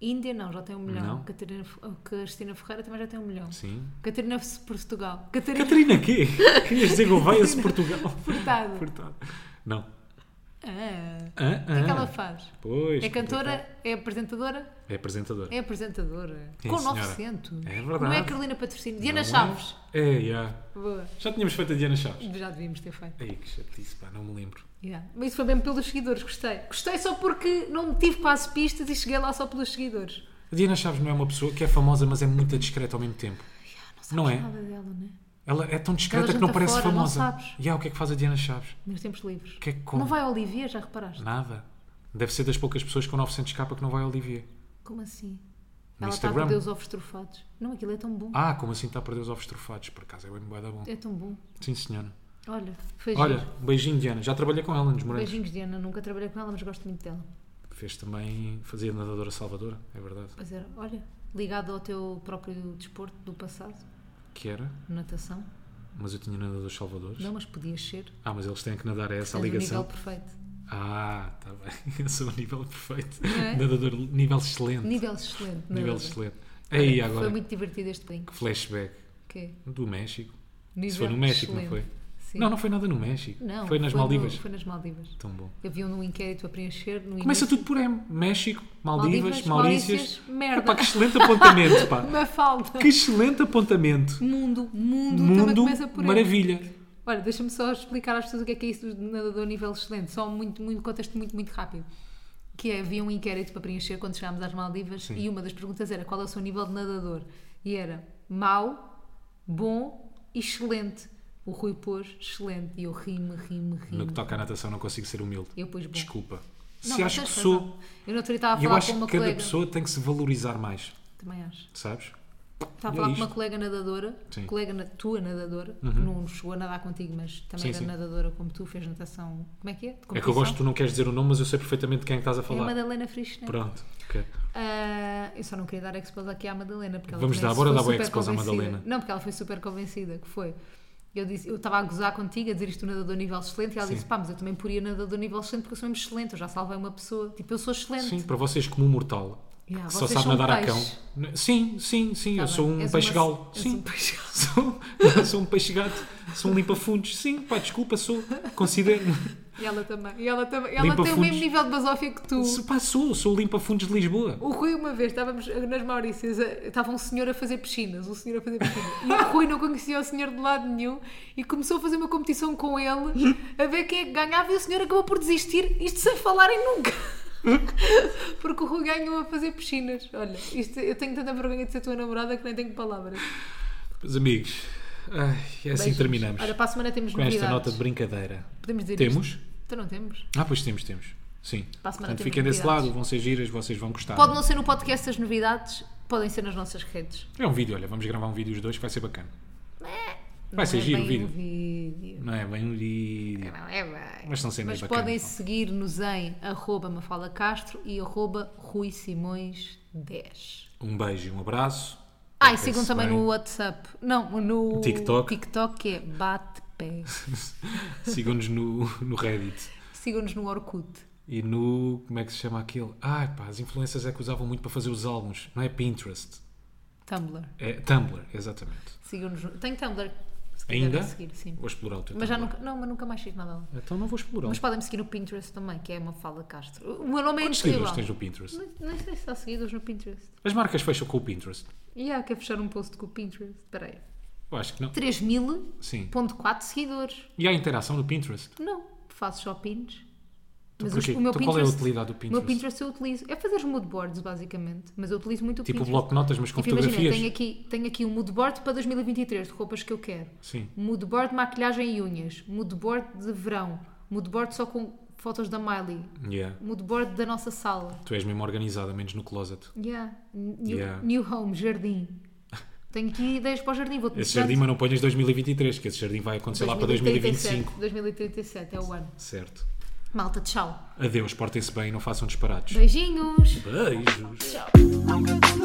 [SPEAKER 2] Índia não, já tem um milhão.
[SPEAKER 1] Não.
[SPEAKER 2] Catarina, F- oh, Cristina Ferreira também já tem um milhão.
[SPEAKER 1] Sim.
[SPEAKER 2] Catarina F- Portugal. Catarina
[SPEAKER 1] Catarina quê? Querias dizer Gouveia-se Portugal?
[SPEAKER 2] Furtado.
[SPEAKER 1] Portado. Não.
[SPEAKER 2] Ah,
[SPEAKER 1] Ah,
[SPEAKER 2] o que é que ela
[SPEAKER 1] ah.
[SPEAKER 2] faz?
[SPEAKER 1] Pois.
[SPEAKER 2] É cantora, é apresentadora,
[SPEAKER 1] É apresentadora.
[SPEAKER 2] é apresentadora.
[SPEAKER 1] Sim,
[SPEAKER 2] com
[SPEAKER 1] senhora.
[SPEAKER 2] 900.
[SPEAKER 1] É verdade.
[SPEAKER 2] Não é Carolina Patrocínio.
[SPEAKER 1] Não
[SPEAKER 2] Diana
[SPEAKER 1] é?
[SPEAKER 2] Chaves.
[SPEAKER 1] É, yeah.
[SPEAKER 2] Boa.
[SPEAKER 1] Já tínhamos feito a Diana Chaves.
[SPEAKER 2] Já devíamos ter feito.
[SPEAKER 1] Ei, que chatice, pá, não me lembro.
[SPEAKER 2] Yeah. Mas isso foi bem pelos seguidores, gostei. Gostei só porque não tive quase pistas e cheguei lá só pelos seguidores.
[SPEAKER 1] A Diana Chaves não é uma pessoa que é famosa, mas é muito discreta ao mesmo tempo. Não
[SPEAKER 2] sabes
[SPEAKER 1] é?
[SPEAKER 2] nada dela, né?
[SPEAKER 1] Ela é tão discreta
[SPEAKER 2] Ela
[SPEAKER 1] que não
[SPEAKER 2] janta
[SPEAKER 1] parece
[SPEAKER 2] fora, não
[SPEAKER 1] famosa.
[SPEAKER 2] sabes.
[SPEAKER 1] E há o que é que faz a Diana Chaves?
[SPEAKER 2] Nos tempos livres.
[SPEAKER 1] O que é que come?
[SPEAKER 2] Não vai a Olivia, já reparaste?
[SPEAKER 1] Nada. Deve ser das poucas pessoas com 900 capa que não vai ao Olivier.
[SPEAKER 2] Como assim?
[SPEAKER 1] No
[SPEAKER 2] Ela está a
[SPEAKER 1] Instagram?
[SPEAKER 2] perder os ovos trufados. Não, aquilo é tão bom.
[SPEAKER 1] Ah, como assim está a perder os ovos trofados? Por acaso é bem bué da bom.
[SPEAKER 2] É tão bom.
[SPEAKER 1] Sim, senhora.
[SPEAKER 2] Olha, foi
[SPEAKER 1] Olha,
[SPEAKER 2] giro.
[SPEAKER 1] um beijinho, Diana. Já trabalhei com ela nos Morangos.
[SPEAKER 2] Beijinhos, Diana. Nunca trabalhei com ela, mas gosto muito dela.
[SPEAKER 1] Fez também... Fazia nadadora salvadora, é verdade.
[SPEAKER 2] Mas era, olha, ligado ao teu próprio desporto do passado,
[SPEAKER 1] Que era.
[SPEAKER 2] natação.
[SPEAKER 1] Mas eu tinha nadadores salvadores.
[SPEAKER 2] Não, mas podias ser.
[SPEAKER 1] Ah, mas eles têm que nadar a essa
[SPEAKER 2] Tens o
[SPEAKER 1] ligação.
[SPEAKER 2] nível perfeito.
[SPEAKER 1] Ah, está bem. Eu sou o nível perfeito.
[SPEAKER 2] é?
[SPEAKER 1] Nadador nível excelente.
[SPEAKER 2] Nível excelente. não é
[SPEAKER 1] Nível
[SPEAKER 2] verdade?
[SPEAKER 1] excelente. Aí
[SPEAKER 2] Foi
[SPEAKER 1] agora,
[SPEAKER 2] muito divertido este brinco.
[SPEAKER 1] flashback
[SPEAKER 2] Que é
[SPEAKER 1] do México.
[SPEAKER 2] nível
[SPEAKER 1] Se foi no México, não
[SPEAKER 2] excelente.
[SPEAKER 1] foi?
[SPEAKER 2] Sim.
[SPEAKER 1] Não, não foi nada no México.
[SPEAKER 2] Não,
[SPEAKER 1] foi nas
[SPEAKER 2] no-
[SPEAKER 1] Maldivas.
[SPEAKER 2] foi nas Maldivas.
[SPEAKER 1] Tão bom.
[SPEAKER 2] Havia um inquérito a preencher. No
[SPEAKER 1] Começa
[SPEAKER 2] início.
[SPEAKER 1] tudo por M. México, Maldivas,
[SPEAKER 2] Maldivas,
[SPEAKER 1] Maurícias.
[SPEAKER 2] Maurícias, merda.
[SPEAKER 1] Epá, que excelente apontamento, pá.
[SPEAKER 2] Uma falta.
[SPEAKER 1] Que excelente apontamento.
[SPEAKER 2] Mundo, mundo, também
[SPEAKER 1] Mundo,
[SPEAKER 2] começa por aí.
[SPEAKER 1] maravilha.
[SPEAKER 2] Olha, deixa-me só explicar às pessoas o que é que é isso do nadador nível excelente. Só muito, muito contexto muito, muito rápido. Que é, havia um inquérito para preencher quando chegámos às Maldivas e uma das perguntas era qual é o seu nível de nadador. E era mau, bom e excelente. O O Rui pôs excelente e eu ri-me, ri-me,
[SPEAKER 1] No que
[SPEAKER 2] ri-me.
[SPEAKER 1] toca à natação, não consigo ser humilde.
[SPEAKER 2] Eu pus bom.
[SPEAKER 1] Desculpa.
[SPEAKER 2] Não,
[SPEAKER 1] Se
[SPEAKER 2] mas
[SPEAKER 1] acho que
[SPEAKER 2] tens
[SPEAKER 1] sou.
[SPEAKER 2] razão. Eu não estava a
[SPEAKER 1] Eu
[SPEAKER 2] falar
[SPEAKER 1] acho
[SPEAKER 2] com
[SPEAKER 1] que
[SPEAKER 2] uma
[SPEAKER 1] cada
[SPEAKER 2] colega.
[SPEAKER 1] pessoa tem que se valorizar mais,
[SPEAKER 2] Também acho.
[SPEAKER 1] sabes?
[SPEAKER 2] Estava
[SPEAKER 1] É
[SPEAKER 2] a falar com
[SPEAKER 1] isto.
[SPEAKER 2] uma colega nadadora,
[SPEAKER 1] Sim. Uhum.
[SPEAKER 2] colega na, tua nadadora, que não chegou a nadar contigo, mas também
[SPEAKER 1] Sim,
[SPEAKER 2] era
[SPEAKER 1] sim.
[SPEAKER 2] nadadora como tu, fez natação. Como é que é? De
[SPEAKER 1] É que eu
[SPEAKER 2] competição?
[SPEAKER 1] gosto, tu não queres dizer o nome, mas eu sei perfeitamente de quem é que estás a
[SPEAKER 2] É a
[SPEAKER 1] falar.
[SPEAKER 2] Madalena Frisch, né?
[SPEAKER 1] Pronto, ok.
[SPEAKER 2] Ah, eu só não queria dar expose aqui à Madalena. Porque ela
[SPEAKER 1] Vamos
[SPEAKER 2] também
[SPEAKER 1] dar, bora
[SPEAKER 2] foi
[SPEAKER 1] dar bué
[SPEAKER 2] super
[SPEAKER 1] expose à
[SPEAKER 2] convencida.
[SPEAKER 1] Madalena.
[SPEAKER 2] Não, porque ela foi super convencida, que foi. Eu disse, eu estava a gozar contigo, a dizer isto do nadador nível excelente, e ela
[SPEAKER 1] Sim.
[SPEAKER 2] disse, pá, mas eu também poria nadador nível excelente porque eu sou mesmo excelente, eu já salvei uma pessoa. Tipo, eu sou excelente.
[SPEAKER 1] Sim, para vocês, como um mortal
[SPEAKER 2] Yeah,
[SPEAKER 1] que só
[SPEAKER 2] vocês
[SPEAKER 1] sabe
[SPEAKER 2] são
[SPEAKER 1] nadar
[SPEAKER 2] peixe.
[SPEAKER 1] a cão. Sim, sim, sim,
[SPEAKER 2] Tá
[SPEAKER 1] eu
[SPEAKER 2] bem.
[SPEAKER 1] sou um
[SPEAKER 2] És
[SPEAKER 1] peixe-galo.
[SPEAKER 2] uma- és um
[SPEAKER 1] Sim,
[SPEAKER 2] peixe-galo.
[SPEAKER 1] sou, sou um peixe-gato, sou um limpa-fundos. Sim, pá, desculpa, sou, considero.
[SPEAKER 2] E ela também. E ela também. Ela
[SPEAKER 1] Limpa
[SPEAKER 2] tem o
[SPEAKER 1] fundos.
[SPEAKER 2] mesmo nível de basófia que tu.
[SPEAKER 1] Sou- Pá, sou, sou o limpa-fundos de Lisboa.
[SPEAKER 2] O Rui, uma vez, estávamos nas Maurícias, a- estava um senhor a fazer piscinas, um senhor a fazer piscinas, e o Rui não conhecia o senhor de lado nenhum e começou a fazer uma competição com ele, a ver quem é que ganhava, e o senhor acabou por desistir, isto sem falarem nunca. Porque o Rui ganhou a fazer piscinas. Olha, isto, eu tenho tanta vergonha de ser tua namorada que nem tenho palavras.
[SPEAKER 1] Meus amigos, ai, é assim
[SPEAKER 2] Beijinhos.
[SPEAKER 1] que terminamos.
[SPEAKER 2] Olha, para a semana temos
[SPEAKER 1] Com
[SPEAKER 2] novidades.
[SPEAKER 1] esta nota de brincadeira.
[SPEAKER 2] Podemos dizer
[SPEAKER 1] Temos?
[SPEAKER 2] isto? Então não temos.
[SPEAKER 1] Ah, pois temos, temos. Sim.
[SPEAKER 2] Para a semana
[SPEAKER 1] Portanto,
[SPEAKER 2] temos
[SPEAKER 1] fiquem desse
[SPEAKER 2] novidades.
[SPEAKER 1] lado, vão ser giras, vocês vão gostar.
[SPEAKER 2] Pode não ser no podcast as novidades, podem ser nas nossas redes.
[SPEAKER 1] É um vídeo, olha, vamos gravar um vídeo os dois que vai ser bacana. Vai
[SPEAKER 2] Não
[SPEAKER 1] ser
[SPEAKER 2] é
[SPEAKER 1] giro o
[SPEAKER 2] bem
[SPEAKER 1] vídeo.
[SPEAKER 2] vídeo.
[SPEAKER 1] Não é bem um vídeo.
[SPEAKER 2] Não é bem.
[SPEAKER 1] Mas não sei nem
[SPEAKER 2] Mas
[SPEAKER 1] bacana,
[SPEAKER 2] podem
[SPEAKER 1] pá.
[SPEAKER 2] seguir-nos em arroba Mafalda Castro e arroba Rui Simões 10.
[SPEAKER 1] Um beijo e um abraço.
[SPEAKER 2] Ah, e
[SPEAKER 1] Portem-se
[SPEAKER 2] sigam também
[SPEAKER 1] bem.
[SPEAKER 2] no WhatsApp. Não, no
[SPEAKER 1] TikTok.
[SPEAKER 2] TikTok que é Bate Pé.
[SPEAKER 1] Sigam-nos no, no Reddit.
[SPEAKER 2] Sigam-nos no Orkut.
[SPEAKER 1] E no. Como é que se chama aquele? Ai pá, as influências é que usavam muito para fazer os álbuns. Não é Pinterest.
[SPEAKER 2] Tumblr.
[SPEAKER 1] É Tumblr, exatamente.
[SPEAKER 2] Sigam-nos. no- Tenho Tumblr. Se quiserem
[SPEAKER 1] Ainda?
[SPEAKER 2] seguir, sim.
[SPEAKER 1] Vou explorar o teu
[SPEAKER 2] Mas já
[SPEAKER 1] Tumblr.
[SPEAKER 2] nunca, não, mas nunca mais sigo nada lá.
[SPEAKER 1] Então não vou explorar.
[SPEAKER 2] Mas podem me seguir no Pinterest também, que é Mafalda Castro. O meu nome é
[SPEAKER 1] Quantos seguidores
[SPEAKER 2] Inexplicável.
[SPEAKER 1] tens no Pinterest?
[SPEAKER 2] Não- Não sei se há seguidores no Pinterest.
[SPEAKER 1] As marcas fecham com o Pinterest.
[SPEAKER 2] E há que fechar um post com o Pinterest. Espera aí.
[SPEAKER 1] Eu acho que não.
[SPEAKER 2] 3 mil
[SPEAKER 1] Sim.
[SPEAKER 2] 1.4 seguidores.
[SPEAKER 1] E há interação no Pinterest.
[SPEAKER 2] Não, faço só pins. Mas
[SPEAKER 1] porquê?
[SPEAKER 2] os- o meu
[SPEAKER 1] Então
[SPEAKER 2] Pinterest,
[SPEAKER 1] qual é a utilidade do
[SPEAKER 2] O meu
[SPEAKER 1] Pinterest?
[SPEAKER 2] Pinterest eu utilizo. É fazer os mood boards, basicamente. Mas eu utilizo muito o
[SPEAKER 1] Tipo o
[SPEAKER 2] Pinterest.
[SPEAKER 1] bloco de notas, mas com
[SPEAKER 2] Tipo, imagina,
[SPEAKER 1] fotografias.
[SPEAKER 2] tenho aqui, tenho aqui um mood board para 2023 de roupas que eu quero.
[SPEAKER 1] Sim.
[SPEAKER 2] Mood board de maquilhagem e unhas. Mood board de verão. Mood board só com fotos da Miley.
[SPEAKER 1] Yeah.
[SPEAKER 2] Mood board da nossa sala.
[SPEAKER 1] Tu és mesmo organizada, menos no closet.
[SPEAKER 2] Yeah. New,
[SPEAKER 1] Yeah.
[SPEAKER 2] new home, jardim. Tenho aqui ideias para o jardim. Vou-te
[SPEAKER 1] Esse
[SPEAKER 2] mostrar.
[SPEAKER 1] jardim, mas não ponhas 2023, que esse jardim vai acontecer lá para 2025.
[SPEAKER 2] 2037 é o ano.
[SPEAKER 1] Certo.
[SPEAKER 2] Malta, tchau.
[SPEAKER 1] Adeus, portem-se bem e não façam disparates.
[SPEAKER 2] Beijinhos.
[SPEAKER 1] Beijos.
[SPEAKER 3] I'm good on